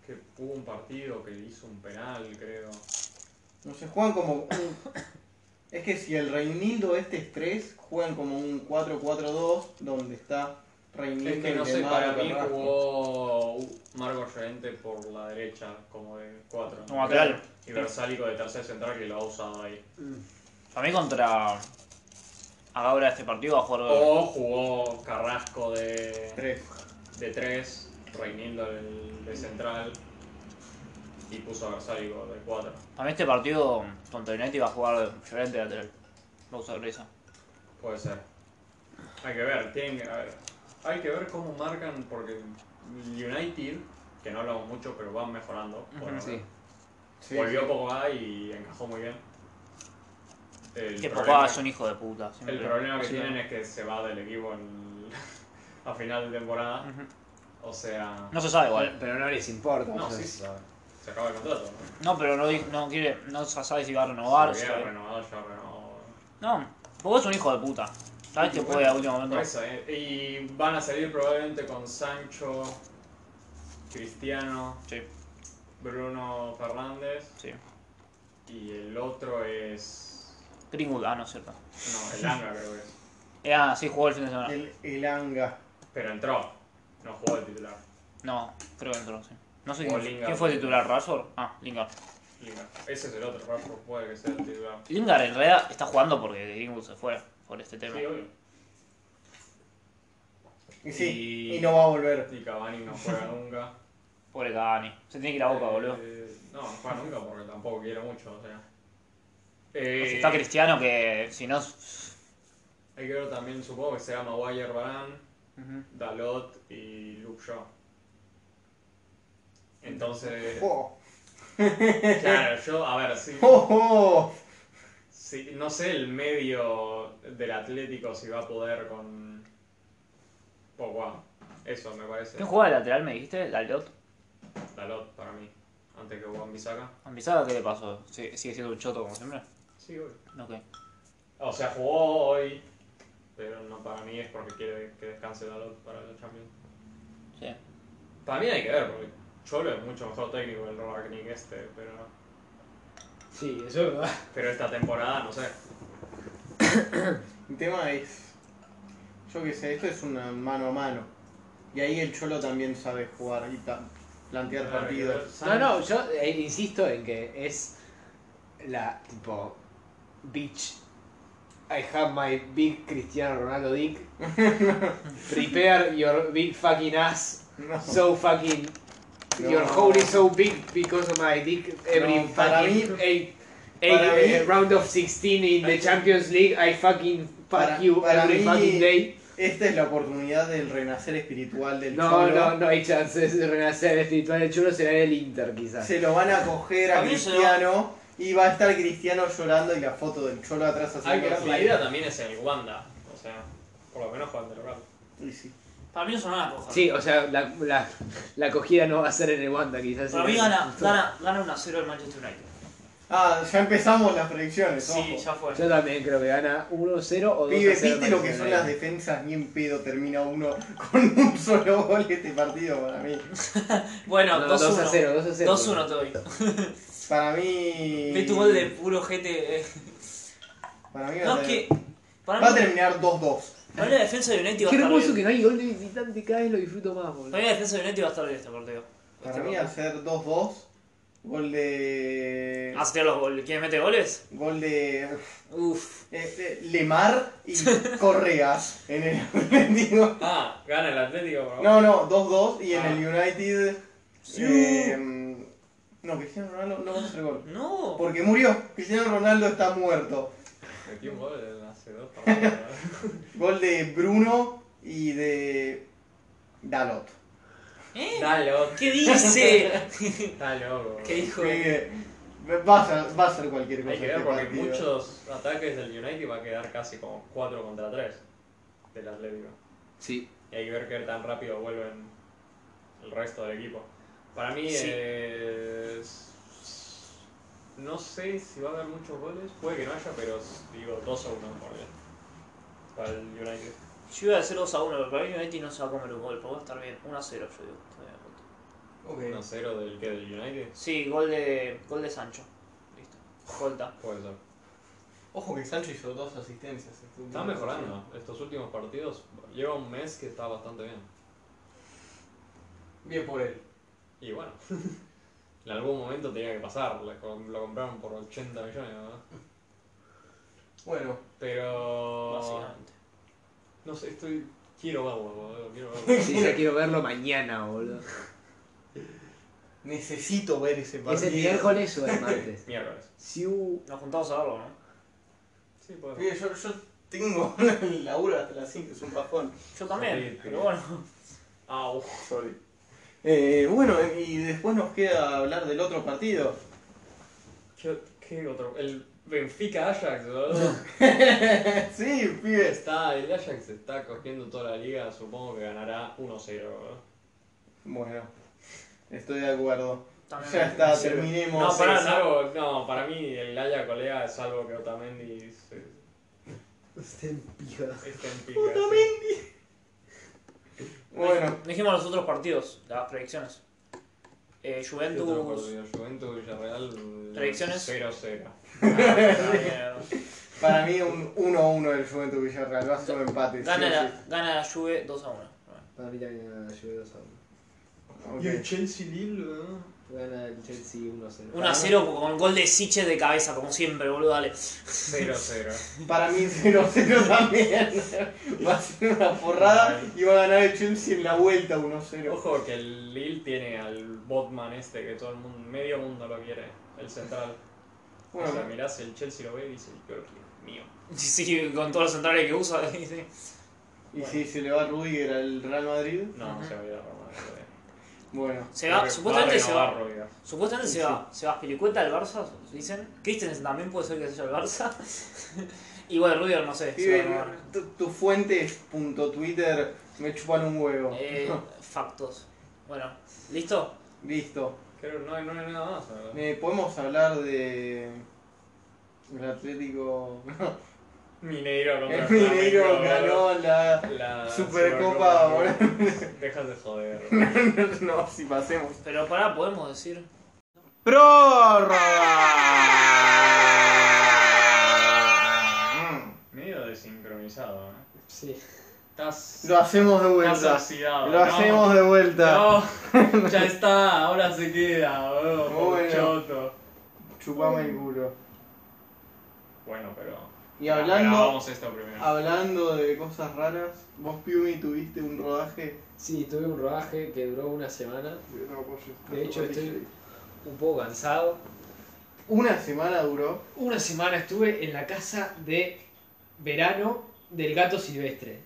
que hubo un partido que hizo un penal, creo. No sé, juegan como un- Es que si el Reinildo este es 3, juegan como un 4-4-2 donde está Reinildo Es que no sé, Lemar, para mí Carrasco. jugó Marco Llorente por la derecha, como de 4. Como lateral. Y Versálico de tercer central que lo ha usado ahí. Para mí contra Agabra este partido va a jugar O jugó Carrasco de Tres. 3, Reinildo el de central y puso a Versálico de 4. Para mí este partido contra United va a jugar Llorente de lateral. Va a usar risa. Puede ser. Hay que ver, tienen que a ver. Hay que ver cómo marcan, porque United, que no hablamos mucho, pero van mejorando. por Ah. ahora. Sí. Sí, Volvió Pogba y encajó muy bien. El Que problema- Pogba es un hijo de puta. siempre. El problema que Sí. tienen es que se va del equipo en- a final de temporada. Ujú. O sea. No se sabe Pero, igual. pero no les importa. No, o sea, sí, se, se acaba el contrato. ¿no? No, pero no, di- no quiere, no se sabe si va a renovar. Si si- hubiera renovado, ya renovó. No, Pogba es un hijo de puta. Sabes que Y puede bueno, a último Por momento. eso, eh, y van a salir probablemente con Sancho, Cristiano, Sí, Bruno Fernández sí. y el otro es. Greenwood, ah, no es cierto. No, el Anga creo que es. Eh, ah, sí, jugó el fin de semana. El, el Anga. Pero entró, no jugó el titular. No, creo que entró, sí. No sé O quién, Lingard. quién fue el titular, Rashford. Ah, Lingard. Lingard. Ese es el otro, Rashford puede que sea el titular. Lingard en realidad está jugando porque Greenwood se fue por este tema. Sí, obvio. Y sí, Y- y no va a volver. Y Cavani no juega nunca. Pobre Cavani. Se tiene que ir a boca, Eh, boludo. No, no juega nunca porque tampoco quiere mucho, o sea. O Eh, sea, está Cristiano que si no. hay que ver también, supongo que será Maguire Barán, Ujú. Dalot y Luke Shaw. Entonces, Oh, claro, yo, a ver, sí, oh, oh. sí, no sé el medio del Atlético si va a poder con Pogba. Eso me parece. ¿Quién jugaba de lateral me dijiste? ¿Dalot? Dalot para mí, antes que Juan Bisaca. ¿Ambisaga qué le pasó? Sí, ¿Sigue siendo un choto como siempre? Sí, hoy. Ok. O sea, jugó hoy, pero no para mí es porque quiere que descanse la lot para el Champions. Sí. También hay que ver, porque Cholo es mucho mejor técnico el Robacnik este, pero, Sí, eso es verdad. pero esta temporada no sé. El tema es. Yo qué sé, esto es una mano a mano. Y ahí el Cholo también sabe jugar y ta- plantear Habrá que ver. partidos. No, no, yo eh, insisto en que es la tipo bitch. I have my big Cristiano Ronaldo dick. Prepare your big fucking ass. No. So fucking. Your No. hole is so big because of my dick. Every No, para fucking mí- eight, para eight, eh, mí- round of 16 in the Champions League. I fucking fuck Para- you para every mí- fucking day. Esta es la oportunidad del renacer espiritual del No, Cholo. no, no hay chances de renacer espiritual del chulo. Será en el Inter quizás. Se lo van a coger a También se lo- Cristiano y va a estar Cristiano llorando y la foto del Cholo atrás Hay que haciendo ver, así. la idea también es el Wanda, o sea, por lo menos juegan de local. Y sí. Para mí eso no la coja. Sí, o sea, la, la, la acogida no va a ser en el Wanda, quizás. Para en mí el- gana, gana, gana 1 0 el Manchester United. Ah, ya empezamos las predicciones. Sí, ojo. ya fue. Yo también creo que gana 1-0 o 2-0. Pibe, ¿viste lo que Manchester son las United. defensas? Ni en pedo termina uno con un solo gol este partido para mí. Bueno, No, 2 a 2-1. 0, 2 a 0. 2-1 te doy. Para mí. Ve tu gol de puro gente. eh. Para mí va, No, a, es ter- que. Para va a mí, terminar 2-2. para mí la defensa de United va Qué a estar hermoso bien. que no hay gol de visitante, cada vez lo disfruto más, boludo. Para mí la defensa de United va a estar bien este partido. Para Este mí, partido. al ser 2-2, gol de. ¿Hace Ah, los goles? ¿Quién mete goles? Gol de. Uf. Este, Lemar y Correas en el Atlético. Ah, gana el Atlético, bro. No, no, 2-2 y en Ah. el United. eh, no, Cristiano Ronaldo no va a hacer gol. No. Porque murió. Cristiano Ronaldo está muerto. Metió un gol hace dos partidos. ¿no? Gol de Bruno y de. Dalot. ¿Eh? Dale, otro. ¿Qué dice? Dale, otro, bro. ¿Qué dijo? Que- Va a, ser, va a ser cualquier cosa. Hay que este ver porque partido. muchos ataques del United va a quedar casi como 4 contra 3 del Atlético. Sí. Y hay que ver qué tan rápido vuelven el resto del equipo. Para mí Sí. es- No sé si va a haber muchos goles, puede que no haya, pero digo 2 a 1 por ahí. Para el United. Yo iba a decir 2 a 1, pero para mí United no se va a comer un gol, pero va a estar bien. 1 a 0, yo digo. Está bien, punto. 1 0 del que del United. Sí, gol de, gol de Sancho. Listo. Colta. Puede ser. Ojo que Sancho hizo dos asistencias. este último Está mejorando estos últimos partidos. Lleva un mes que está bastante bien. partido. Bien por él. Y bueno, en algún momento tenía que pasar. Lo, com- lo compraron por 80 millones, ¿no? Bueno, Pero. Básicamente. No sé, estoy. Quiero verlo, boludo, quiero verlo. Sí, ya quiero verlo mañana, boludo. necesito ver ese ¿Es partido. el miércoles o el martes? Miércoles. Siu. Nos juntamos a verlo, ¿no? Sí, puede ser. Pibe, yo, yo tengo el laburo hasta las 5, es un bajón. Yo también, Sí, sí. pero bueno. Au. Sorry. Eh, bueno, y después nos queda hablar del otro partido. ¿Qué, qué otro? El Benfica Ajax, boludo. sí, pibes. Está, el Ajax está cogiendo toda la liga, supongo que ganará 1-0, boludo. Bueno, estoy de acuerdo. También Ya está, Sí. terminemos. No, para, Sí, salvo, no, para mí el Ajax colega, salvo que Otamendi se- Está en pija. esté en pica. sí. Bueno, Dijimos los otros partidos, las predicciones. Eh, ¿Qué otro Juventus. partido? Juventus Villarreal. eh, ¿Predicciones? 0-0. Ah, para mí un 1-1 del Juventus Villarreal, va a ser un empate. sí Gana o la, gana la Juve 2 a 1. Para mí también gana la Juve 2 a 1. sí. Ok. Chelsea Lille, Gana el Chelsea 1-0. 1 a 0 con gol de Siche de cabeza, como siempre, boludo, dale. 0-0. Para mí 0-0 también. Va a ser una forrada y va a ganar el Chelsea en la vuelta 1-0. Ojo que el Lille tiene al Botman este que todo el mundo, medio mundo lo quiere, el central. O sea, Bueno, mirás el Chelsea lo ve y dice, yo lo quiero, mío. Sí, con todos los centrales que usa. dice. y si se le va Rudiger al Real Madrid, No, Ajá. se va a ir a Roma. yo creo. bueno. Se va, Creo que supuestamente se renovar va. Rudiger. Supuestamente se Sí, va. Se va Pelicueta al Barça, dicen. Christensen también puede ser que se vaya al Barça. y bueno, Rudiger no sé. se va a Pibe, renovar. tu, tu fuente es punto Twitter, me chupan un huevo. Eh, factos. Bueno, ¿listo? Listo. Creo que no, hay- no hay nada más. la verdad. Eh, Podemos hablar de. El Atlético. Mineiro contra El Mineiro Flamengo, boludo. ganó la la Supercopa. boludo. boludo. Dejas de joder. No, si pasemos. Pero pará, podemos decir. ¡Prórroga! Medio desincronizado, ¿eh? Sí. Estás. Lo hacemos de estás vuelta. oxidado. Lo hacemos de vuelta. No, ya está, ahora se queda, boludo. Bueno. choto. Chupame el culo. Bueno, pero. Y hablando, Ah. Vamos esto primero. hablando de cosas raras, vos Piumi tuviste un rodaje. Sí, tuve un rodaje que duró una semana. De hecho, estoy- Un poco cansado. Una semana duró. Una semana estuve en la casa de verano del gato silvestre.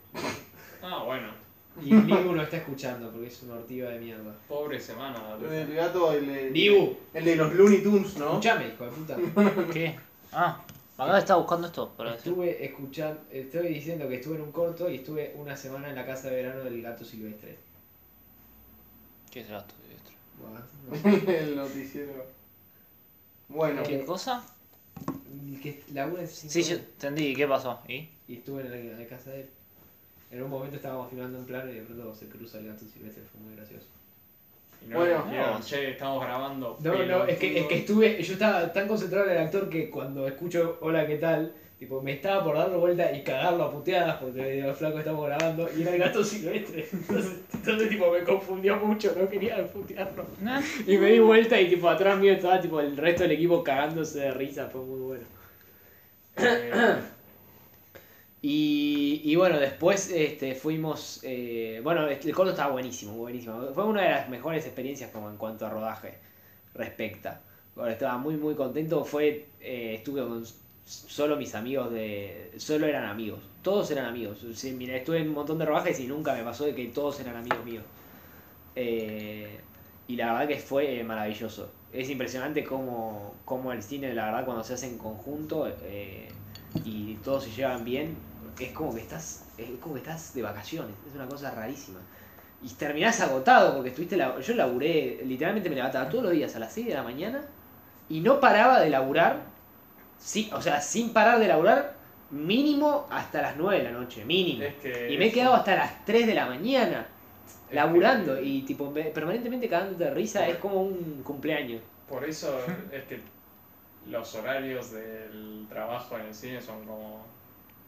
Ah, bueno. Y Libu no está escuchando porque es una ortiva de mierda. Pobre semana. El gato, el, de- Libu, el de los Looney Tunes, ¿no? escúchame, hijo de puta. ¿Qué? Ah, acá estaba buscando esto para decir. Estuve escuchando, estoy diciendo que estuve en un corto y estuve una semana en la casa de verano del gato silvestre. ¿Qué es el gato silvestre? Bueno, no sé. el noticiero. Bueno, ¿Qué cosa? El que labura en cinco Sí, yo horas. entendí. ¿Qué pasó? ¿Y? Y estuve en la, en la casa de él. En un momento estábamos filmando un plano y de pronto se cruza el gato silvestre, fue muy gracioso. Bueno. bueno, che, estamos grabando. No, no, es que, es que estuve, yo estaba tan concentrado en el actor que cuando escucho hola, ¿qué tal? Tipo, me estaba por dar vuelta y cagarlo a puteadas porque digo, flaco estamos grabando y era el gato silvestre. Entonces, entonces, tipo, me confundió mucho, no quería putearlo. Nah. Y me di vuelta y, tipo, atrás mío estaba, tipo, el resto del equipo cagándose de risa, fue muy bueno. Eh, Y, y bueno, después este, fuimos. eh, bueno, este, el corto estaba buenísimo, muy buenísimo. Fue una de las mejores experiencias como en cuanto a rodaje respecta. Bueno, estaba muy, muy contento. Fue, eh, estuve con s- solo mis amigos de. Solo eran amigos. Todos eran amigos. Sí, mira, estuve en un montón de rodajes y nunca me pasó de que todos eran amigos míos. Eh, y la verdad que fue eh, maravilloso. Es impresionante cómo, cómo el cine, la verdad, cuando se hace en conjunto. eh, y todos se llevan bien, es como que estás, es como que estás de vacaciones, es una cosa rarísima. Y terminás agotado porque estuviste lab- yo laburé, literalmente me levantaba todos los días a las 6 de la mañana y no paraba de laburar, sí, o sea, sin parar de laburar mínimo hasta las 9 de la noche, mínimo. es que Y me he es- quedado hasta las 3 de la mañana es que- laburando y tipo me- permanentemente cagándote de risa, es como un cumpleaños. Por eso es que los horarios del trabajo en el cine son como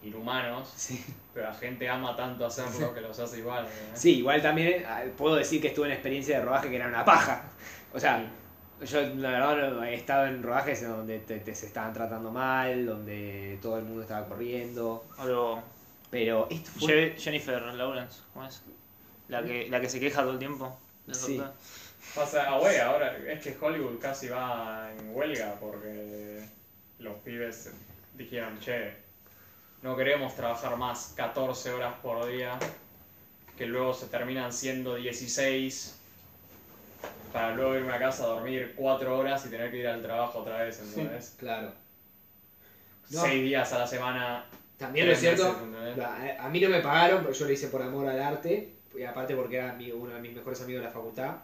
inhumanos, Sí. pero la gente ama tanto hacerlo que los hace igual. ¿eh? Sí, igual también ah, puedo decir que estuve en experiencia de rodaje que era una paja. O sea, yo la verdad no- he estado en rodajes en donde te, te se estaban tratando mal, donde todo el mundo estaba corriendo. Algo. Pero esto fue. Je- Jennifer Lawrence, ¿cómo es? La que, la que se queja todo el tiempo. del Sí. doctor. Pasa, ah, güey, ahora es que Hollywood casi va en huelga porque los pibes dijeron, che, no queremos trabajar más 14 horas por día, que luego se terminan siendo 16, para luego irme a casa a dormir 4 horas y tener que ir al trabajo otra vez, ¿entendés? Claro. No. 6 días a la semana. También tres es cierto. meses, ¿entendés? A, a mí no me pagaron, pero yo lo hice por amor al arte. Y aparte porque era amigo- uno de mis mejores amigos de la facultad.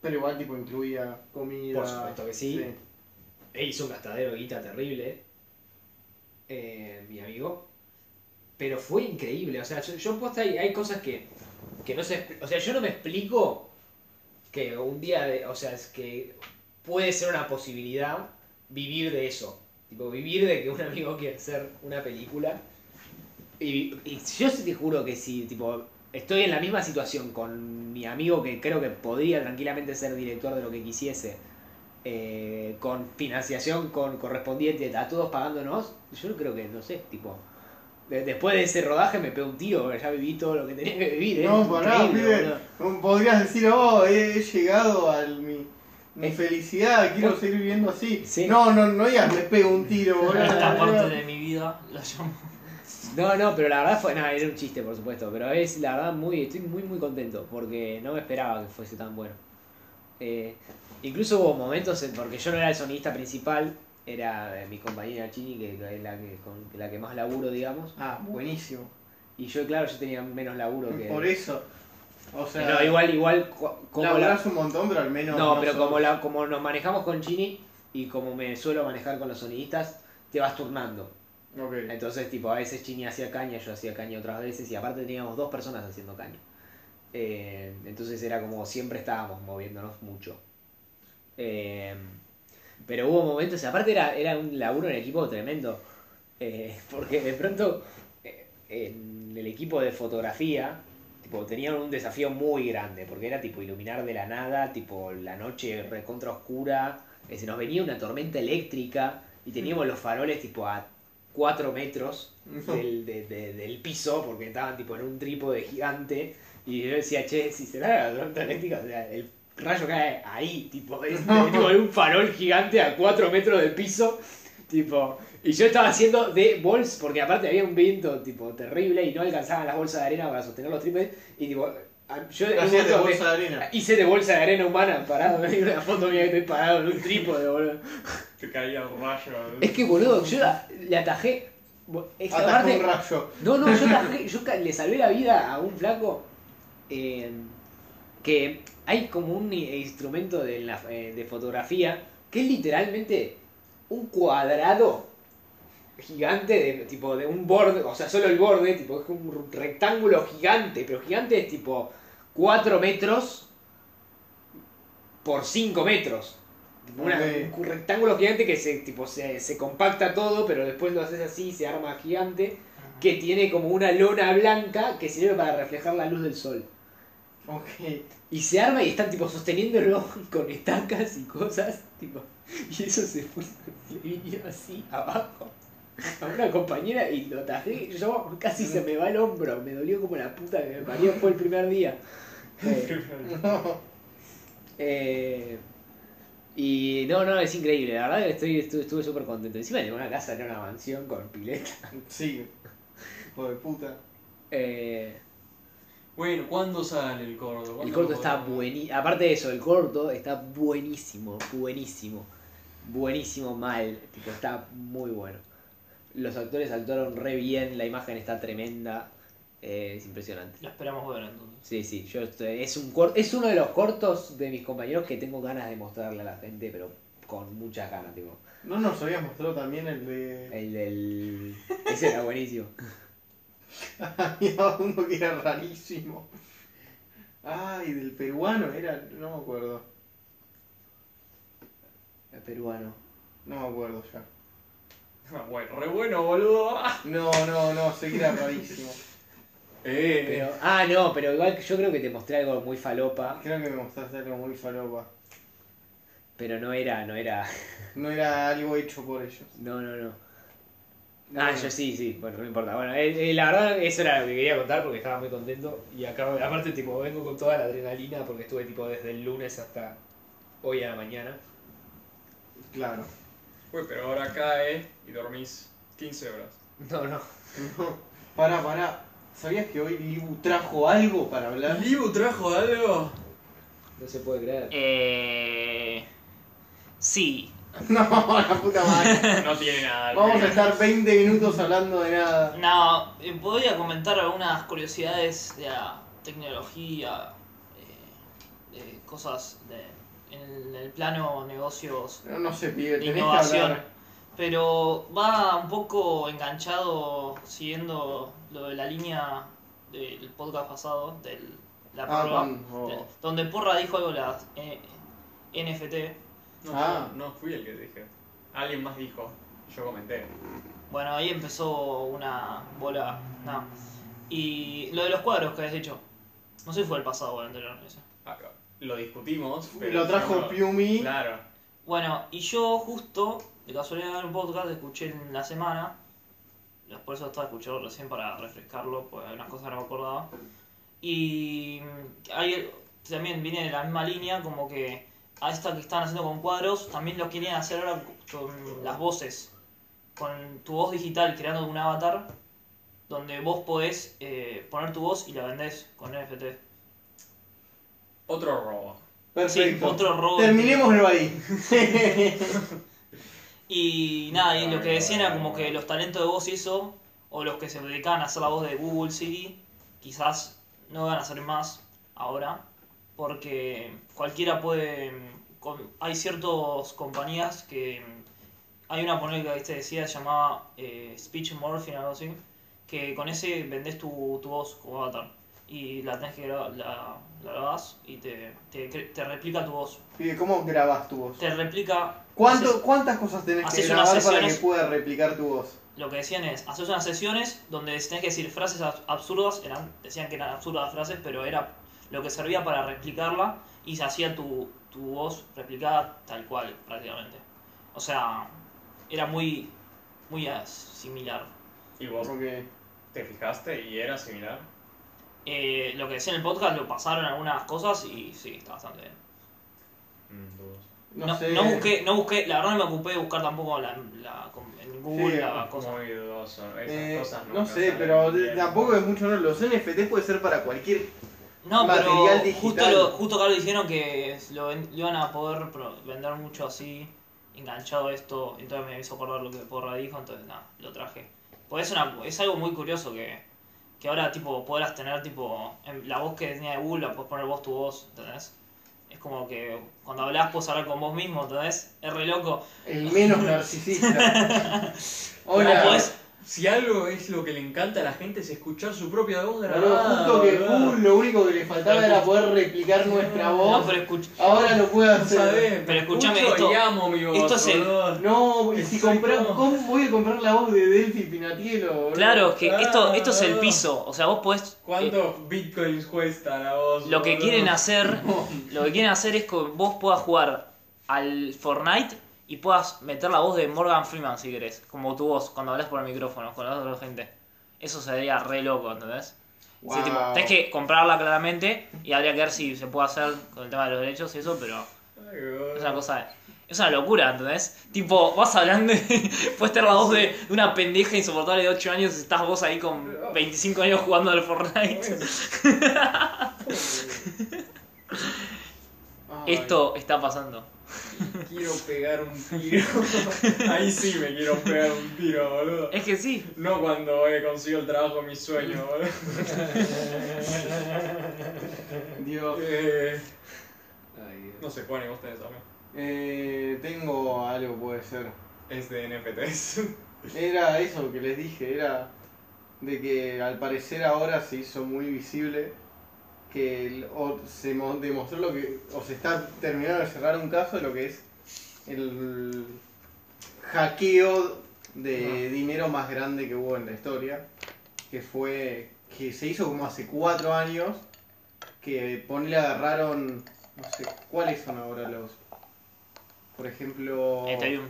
pero igual tipo incluía comida. Por supuesto que sí. E hizo un gastadero de guita terrible, eh, mi amigo. Pero fue increíble. O sea, yo, yo posta hay, hay cosas que, que no se. expli- O sea, yo no me explico que un día. de- o sea, es que puede ser una posibilidad vivir de eso. Tipo, vivir de que un amigo quiere hacer una película. Y, y yo sí te juro que si, tipo, estoy en la misma situación con mi amigo que creo que podría tranquilamente ser director de lo que quisiese, eh, con financiación con correspondiente, a todos pagándonos, yo creo que, no sé, tipo, de- después de ese rodaje me pego un tiro, porque ya viví todo lo que tenía que vivir, ¿eh? No, pará, Increíble, pibe. boludo. Podrías decir, oh, he, he llegado a mi, mi Eh. felicidad, quiero seguir viviendo así. Sí. No, no, no digas, le pego un tiro, Esta parte boludo. de mi vida la llamo. No, no, pero la verdad fue, nada, era un chiste, por supuesto, pero es la verdad muy, estoy muy, muy contento, porque no me esperaba que fuese tan bueno. Eh, incluso hubo momentos, en- porque yo no era el sonidista principal, era eh, mi compañera Chini, que que es la que, con la que más laburo, digamos, Ah, buenísimo. y yo, claro, yo tenía menos laburo que... Por eso. O sea, no, igual, igual, cu- como la- laburás un montón, pero al menos. No, pero sos- como, la, como nos manejamos con Chini y como me suelo manejar con los sonidistas, te vas turnando. Ok. Entonces, tipo, a veces Chini hacía caña, yo hacía caña otras veces, y aparte teníamos dos personas haciendo caña. Eh, entonces era como siempre estábamos moviéndonos mucho. Eh, pero hubo momentos, aparte era, era un laburo en equipo tremendo, eh, porque de pronto eh, en el equipo de fotografía tipo, tenían un desafío muy grande, porque era tipo iluminar de la nada, tipo la noche recontra oscura, eh, se nos venía una tormenta eléctrica y teníamos los faroles tipo a 4 metros del, de- de- del piso, porque estaban tipo en un trípode gigante, y yo decía, che, si se da la tormenta eléctrica, o sea, el rayo cae ahí, tipo, es, tipo, hay un farol gigante a 4 metros del piso, tipo, y yo estaba haciendo de bols, porque aparte había un viento, tipo, terrible, y no alcanzaban las bolsas de arena para sostener los triples, y tipo, a- yo en un Gracias de momento me- bolsa de arena. Hice de bolsa de arena humana, parado, hay una foto mía que estoy parado en un trípode, boludo. Te caía el rayo. ¿eh? Es que, boludo, yo la- le atajé. bo- esta Atajó parte- un rayo. no, no, yo, atajé- yo ca- le salvé la vida a un flaco eh, que hay como un i- instrumento de, la- eh, de fotografía que es literalmente un cuadrado gigante de tipo de un borde, o sea, solo el borde, tipo es un rectángulo gigante, pero gigante es tipo 4 metros por 5 metros. Tipo, una- Ok. Un rectángulo gigante que se, tipo, se, se compacta todo, pero después lo haces así y se arma gigante. Que tiene como una lona blanca que sirve para reflejar la luz del sol. Ok. Y se arma y están tipo sosteniéndolo con estacas y cosas. Tipo, y eso se fue se vino así abajo a una compañera y lo tajé. Yo casi se me va el hombro. Me dolió como la puta que me parió. Fue el primer día. Eh, eh, y no, no, es increíble. La verdad que estoy, estuve estuve súper contento. Encima tenía una casa, era una mansión con pileta. Sí. Hijo de puta. Eh, Bueno, ¿cuándo sale el corto? el ¿Cuándo corto lo está podemos ver? buenísimo. Aparte de eso, el corto está buenísimo, buenísimo. Buenísimo mal. Tipo, está muy bueno. Los actores actuaron re bien, la imagen está tremenda. eh, es impresionante. Lo esperamos ver entonces. Sí, sí, yo estoy- es un cor- es uno de los cortos de mis compañeros que tengo ganas de mostrarle a la gente, pero con muchas ganas, tipo. No nos había mostrado también el de. El, el- Ese era buenísimo. Había uno que era rarísimo. Ay, del peruano era. No me acuerdo. El peruano. No me acuerdo ya. Ah, bueno, re bueno, boludo. Ah. No, no, no, sé que era rarísimo. Eh, Pero, ah, no, pero igual yo creo que te mostré algo muy falopa, Creo que me mostraste algo muy falopa. pero no era, no era. No era algo hecho por ellos. No, no, no. Ah, Bueno. yo sí, sí, bueno, no importa. Bueno, eh, eh, la verdad, eso era lo que quería contar porque estaba muy contento. Y acá, aparte, tipo, vengo con toda la adrenalina porque estuve, tipo, desde el lunes hasta hoy a la mañana. Claro. Uy, pero ahora cae y dormís 15 horas. No, no. Pará, pará. ¿Sabías que hoy Libu trajo algo para hablar? ¿Libu trajo algo? No se puede creer. Eh. Sí. No, la puta madre. No tiene nada. Vamos a estar 20 minutos hablando de nada. No, eh, voy a comentar algunas curiosidades de la tecnología, eh, de cosas de, en el plano negocios No, no sé, pibe, tenés que innovación. hablar. Pero va un poco enganchado siguiendo lo de la línea del podcast pasado, de la Ah, prórroga, cuando- de- donde Porra dijo algo de las eh, NFT. No, Ah. no, no fui el que dije. Alguien más dijo. Yo comenté. Bueno, ahí empezó una bola. nada. Y lo de los cuadros que habías dicho. No sé si fue el pasado o el anterior. no sé. Ah, Lo discutimos. pero Lo yo trajo no- Piumi. Claro. Bueno, y yo justo, de casualidad en un podcast, escuché en la semana, por eso estaba escuchando recién para refrescarlo, porque hay unas cosas que no me acordaba. Y mm, hay- también viene de la misma línea, como que a esta que están haciendo con cuadros, también lo quieren hacer ahora con las voces, con tu voz digital, creando un avatar, donde vos podés eh, poner tu voz y la vendés con NFT. Otro robo. Perfecto. Sí, otro robo. Terminémoslo ahí. Y nada, y lo que decían era como que los talentos de voz y eso, o los que se dedican a hacer la voz de Google City, quizás no van a hacer más ahora, porque cualquiera puede... mm, con- hay ciertas compañías que mm, Hay una polémica que te decía, llamaba eh, Speech Morphing o algo así, que con ese vendés tu, tu voz como avatar. Y la tenés que grabar, la, la grabás y te, te, cre- te replica tu voz. Pibe, ¿Cómo grabás tu voz? Te replica. ¿Cuánto- haces- ¿Cuántas cosas tenés que haces unas grabar para que sesiones- pueda replicar tu voz? lo que decían es, haces unas sesiones donde tenés que decir frases abs- absurdas, eran, decían que eran absurdas las frases, pero era lo que servía para replicarla y se hacía tu, tu voz replicada tal cual prácticamente. O sea, era muy, muy ah, similar. Y vos Ok. te fijaste y era similar. Eh, lo que decía en el podcast lo pasaron algunas cosas y sí, está bastante bien. Mm, No, sé. busqué, no busqué, la verdad no me ocupé de buscar tampoco la, la- en Google Sí, la cosa. Muy dudoso. Esas Eh, cosas no sé, pero tampoco es mucho. no, Los NFT puede ser para cualquier. No, Material pero justo, digital. lo, justo acá lo dijeron que lo, ven- lo iban a poder pro- vender mucho así, enganchado a esto, entonces me hizo acordar lo que Porra dijo, entonces nada, lo traje. Pues es, una, es algo muy curioso que, que ahora tipo podrás tener tipo en- la voz que tenía de Google, la puedes poner vos tu voz, ¿entendés? Es como que cuando hablas puedes hablar con vos mismo, ¿entendés? Es re loco. El menos narcisista. No Hola. podés- Si algo es lo que le encanta a la gente es escuchar su propia voz Boludo, justo que Google lo único que le faltaba era poder replicar nuestra voz. no, pero escuch- Ahora lo puede hacer. Pero escuchame esto. Y amo mi voz, Esto es el- boludo. No, y si Exacto. compras, ¿cómo voy a comprar la voz de Delphi Pinatielo? boludo? Claro, es que esto, Ah, esto es el boludo. piso, o sea, vos podés... eh, ¿Cuántos bitcoins cuesta la voz? Lo que boludo? quieren hacer, lo que quieren hacer es que vos puedas jugar al Fortnite y puedas meter la voz de Morgan Freeman si querés, como tu voz cuando hablas por el micrófono con la otra gente. Eso sería re loco, ¿entendés? Sí, Wow. tipo, tenés que comprarla claramente y habría que ver si se puede hacer con el tema de los derechos y eso, pero Ay, boludo. es una cosa es una locura, ¿entendés? Tipo, vas hablando y puedes tener la voz de, de una pendeja insoportable de 8 años y estás vos ahí con 25 años jugando al Fortnite. Ay, Esto está pasando. Quiero pegar un tiro. Ahí sí me quiero pegar un tiro, boludo. Es que sí, No cuando eh, consigo el trabajo de mis sueños, boludo. Dios. Eh, Ay, Dios. no sé, Juan, y vos tenés también. Eh, tengo algo, puede ser. Es de NFTs. Era eso que les dije, era de que al parecer ahora se hizo muy visible que el- o se mo- demostró lo que, o se está terminando de cerrar un caso de lo que es el hackeo de dinero más grande que hubo en la historia, que fue, que se hizo como hace cuatro años, que ponle agarraron, no sé, ¿cuáles son ahora los? Por ejemplo... Ethereum.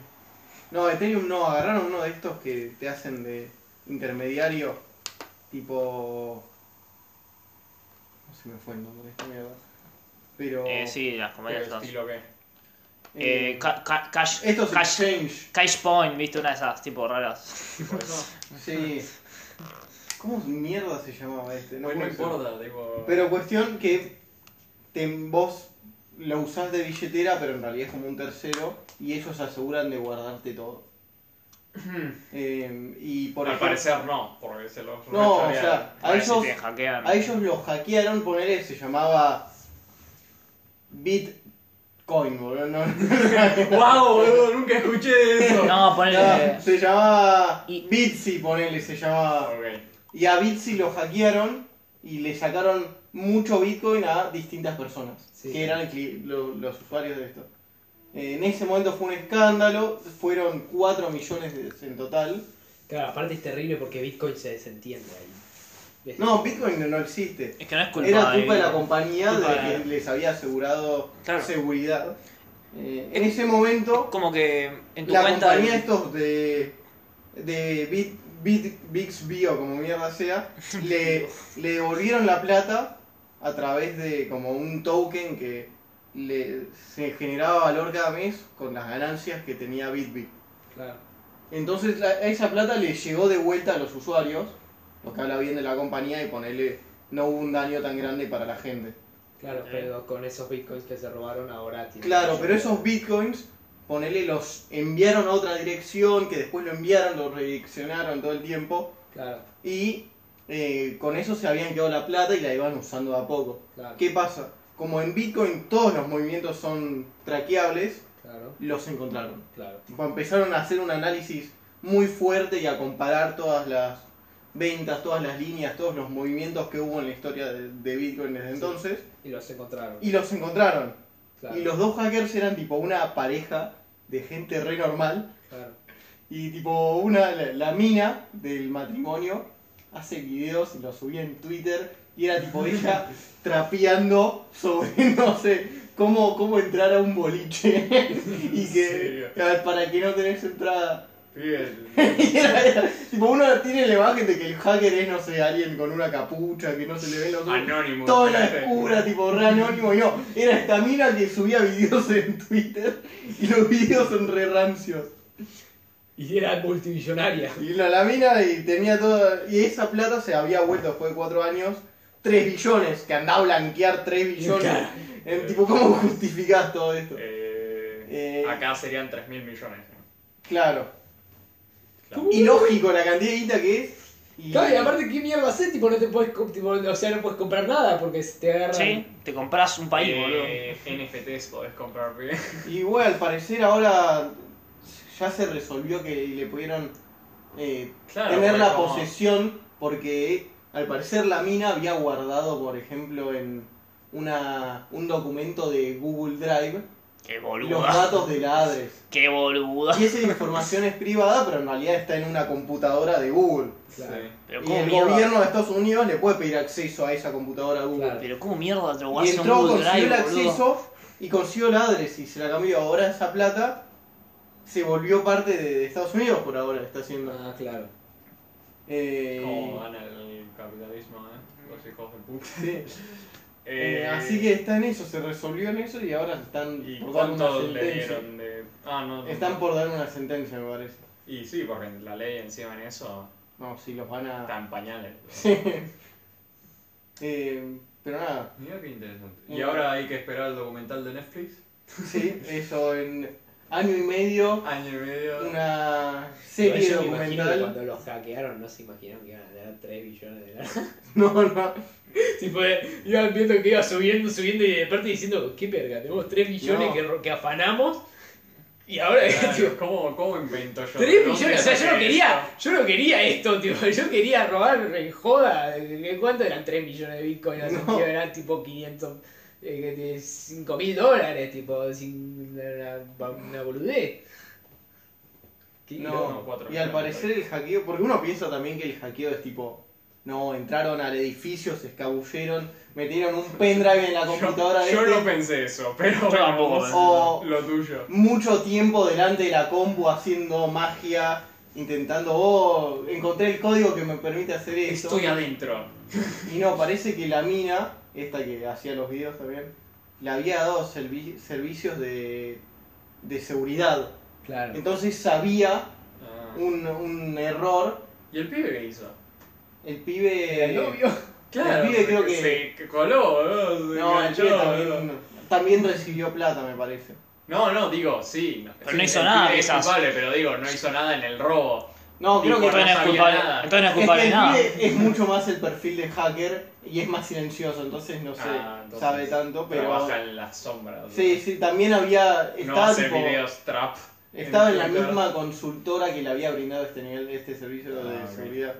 No, Ethereum no, agarraron uno de estos que te hacen de intermediario, tipo... No se me fue el nombre de esta mierda. Pero... Eh, sí, las ¿Qué compañías están. estilo qué? Eh, ca- ca- cash, Estos cash, exchange, cash Point, viste, una de esas tipo raras. Tipo eso. sí. ¿Cómo mierda se llamaba este? No, Pues no puede ser. importa, tipo. Pero cuestión que te, vos lo usás de billetera, pero en realidad es como un tercero, y ellos se aseguran de guardarte todo. Eh, y por Al ejemplo- parecer no, porque se lo. No, o hackearon. sea, a ver si ellos te hackean. A ellos los hackearon, ponele, se llamaba Bitcoin, boludo. No, ¡Wow, boludo! Nunca escuché de eso. No, ponele. No, se llamaba Y- Bitsy, ponele, se llamaba. Ok. Y a Bitsy lo hackearon y le sacaron mucho Bitcoin a distintas personas, Sí. que eran el cli- lo- los usuarios de esto. Eh, En ese momento fue un escándalo, fueron 4 millones de- en total. Claro, aparte es terrible porque Bitcoin se desentiende ahí. Desde- No, Bitcoin no existe. Es que no es culpa Era de culpa de la Bitcoin. compañía Culpa de de- que les había asegurado Claro. seguridad. Eh, en ese momento, Como que en tu la cuenta. compañía estos de, de Bit, Bit, Bixby o como mierda sea, le, le devolvieron la plata a través de como un token que le, se generaba valor cada mes con las ganancias que tenía Bitbit. Claro. Entonces la- esa plata le llegó de vuelta a los usuarios, lo que habla bien de la compañía y ponerle no hubo un daño tan grande para la gente. Claro, pero con esos bitcoins que se robaron ahora tienen Claro, que- pero esos bitcoins, ponele, los enviaron a otra dirección, que después lo enviaron, lo redireccionaron todo el tiempo, Claro, y eh, con eso se habían quedado la plata y la iban usando de a poco. claro. ¿Qué pasa? Como en bitcoin todos los movimientos son traqueables, Claro. los encontraron. Claro. Tipo, empezaron a hacer un análisis muy fuerte y a comparar todas las ventas, todas las líneas, todos los movimientos que hubo en la historia de, de Bitcoin desde entonces. Y los encontraron. Y los encontraron. Claro, Y los dos hackers eran tipo una pareja de gente re normal. claro. Y tipo una, la, la mina del matrimonio hace videos y los subía en Twitter. Y era tipo ella trapeando sobre, no sé, cómo, cómo entrar a un boliche. y que, para que no tenés entrada. Pibe, Y era- era- tipo, uno tiene la imagen de que el hacker es, no sé, alguien con una capucha, que no se le ven Ah, los ojos. anónimo. Todo en la oscura, tipo re anónimo, y no, era esta mina que subía videos en Twitter y los videos son re rancios. Y era multimillonaria. Y la, la mina y tenía toda. Y esa plata se había vuelto después de cuatro años 3 billones, que andaba a blanquear 3 billones. En, tipo, ¿cómo justificás todo esto? Eh, Eh. Acá serían 3.000 millones. ¿no? Claro. Claro. Y lógico la cantidad de guita que es. Y, Claro, y aparte, ¿qué mierda haces? Tipo, no te puedes, co- tipo, o sea, no puedes comprar nada porque se te este- agarran. Sí, te compras un país, boludo. Eh, NFTs podés comprar, pibe. Y bueno, al parecer ahora ya se resolvió que le pudieron eh, Claro, tener porque la como- posesión porque al parecer la mina había guardado, por ejemplo, en una, un documento de Google Drive Qué los boluda. datos de la ADRES. Qué boluda. Y esa información es privada, pero en realidad está en una computadora de Google. Claro. Sí. Pero Y cómo el mierda. gobierno de Estados Unidos le puede pedir acceso a esa computadora de Google. Claro. Pero cómo mierda te Y guardas un entró, Google consiguió el Drive, boludo. acceso y consiguió la adres y se la cambió. Ahora esa plata se volvió parte de, de Estados Unidos por ahora, está haciendo. Ah, claro. Eh, Cómo gana el capitalismo, eh. Los hijos de puta. sí. Eh, Eh, así que está en eso, se resolvió en eso y ahora están ¿Y por dar una cuánto le sentencia. dieron de.? Ah, no. no, Están no. por dar una sentencia, me parece. Y sí, porque la ley encima en eso No, si los van está a. en pañales. Eh, pero nada, Mira qué interesante. Y Bueno. ahora hay que esperar el documental de Netflix. sí, eso en año y medio, Año y medio. una Igual serie yo me imagino que documental. cuando los hackearon no se imaginaron que iban a tener 3 billones de dólares. No, no. tipo, eh, iban viendo que iba subiendo, subiendo y de parte diciendo, qué verga, tenemos 3 billones No. que, ro- que afanamos y ahora... Claro, tipo, ¿cómo, ¿Cómo invento yo? 3 ¿Dónde millones, o sea, yo no saqué quería, esto? yo no quería esto, tipo, yo quería robar en joda, eh, ¿cuánto eran 3 millones de bitcoin? Así No. que eran tipo 500, eh, de 5 mil dólares, tipo, sin- una, una boludez. ¿Qué? No, No, cuatro y al millones, parecer el hackeo, porque uno piensa también que el hackeo es tipo, no, entraron al edificio, se escabulleron, metieron un pendrive en la computadora Yo, de yo este, no pensé eso, pero. Yo tampoco vos- pensé eso. Lo tuyo. mucho tiempo delante de la compu haciendo magia, intentando, oh, encontré el código que me permite hacer esto. Estoy adentro. Y no, parece que la mina, esta que hacía los videos también, le había dado servi- servicios de, de seguridad. Claro. Entonces sabía Ah. un, un error, ¿Y el pibe qué hizo? el pibe... El novio. El pibe creo porque que- Se coló, ¿no? Se No, el enganchó, pibe ¿no? también, también recibió plata, me parece. No, no, digo, sí. Pero sí, no hizo el nada, pibe Es quizás. culpable, pero digo, no hizo nada en el robo. No, creo que Entonces no no. es sabía culpable, nada. entonces no es Es que culpable de el nada. pibe es mucho más el perfil de hacker y es más silencioso, entonces no sé, Ah, entonces sabe tanto, pero... Trabaja en las sombras. Sí, sí, también había... No Estaba, hace tipo- videos trap. estaba en la Twitter. misma consultora que le había brindado este nivel, este servicio de Ah, ok. seguridad.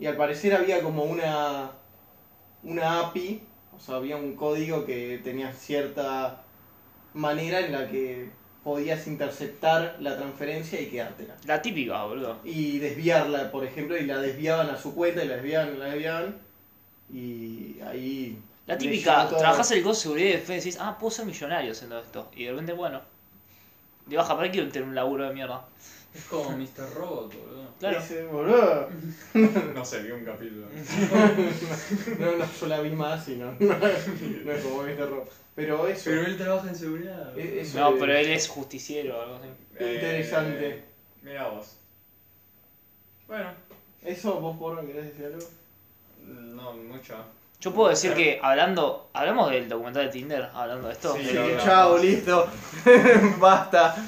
Y al parecer había como una... una API, o sea, había un código que tenía cierta manera en la que podías interceptar la transferencia y quedártela. La típica, boludo. y desviarla, por ejemplo, y la desviaban a su cuenta y la desviaban, la desviaban. Y ahí. La le típica, llegó todo. trabajás el costo de seguridad y después decís, ah, puedo ser millonario haciendo esto. Y de repente, bueno, de baja, ¿para qué quiero tener un laburo de mierda? Es como Mr. Robot, boludo. Claro. Ese, boludo. No sé, vi un capítulo. No, no, yo la vi más y no. No, es como este error. Pero eso. Pero él trabaja en seguridad. e- eso No, es pero él es justiciero o algo así. Interesante. Eh, Mira vos. Bueno, Eso vos, Borro, querés decir algo. no mucho. Yo puedo decir que hablando, hablamos del documental de Tinder, hablando de esto. Sí, De- lo- Sí, chao, listo. Basta.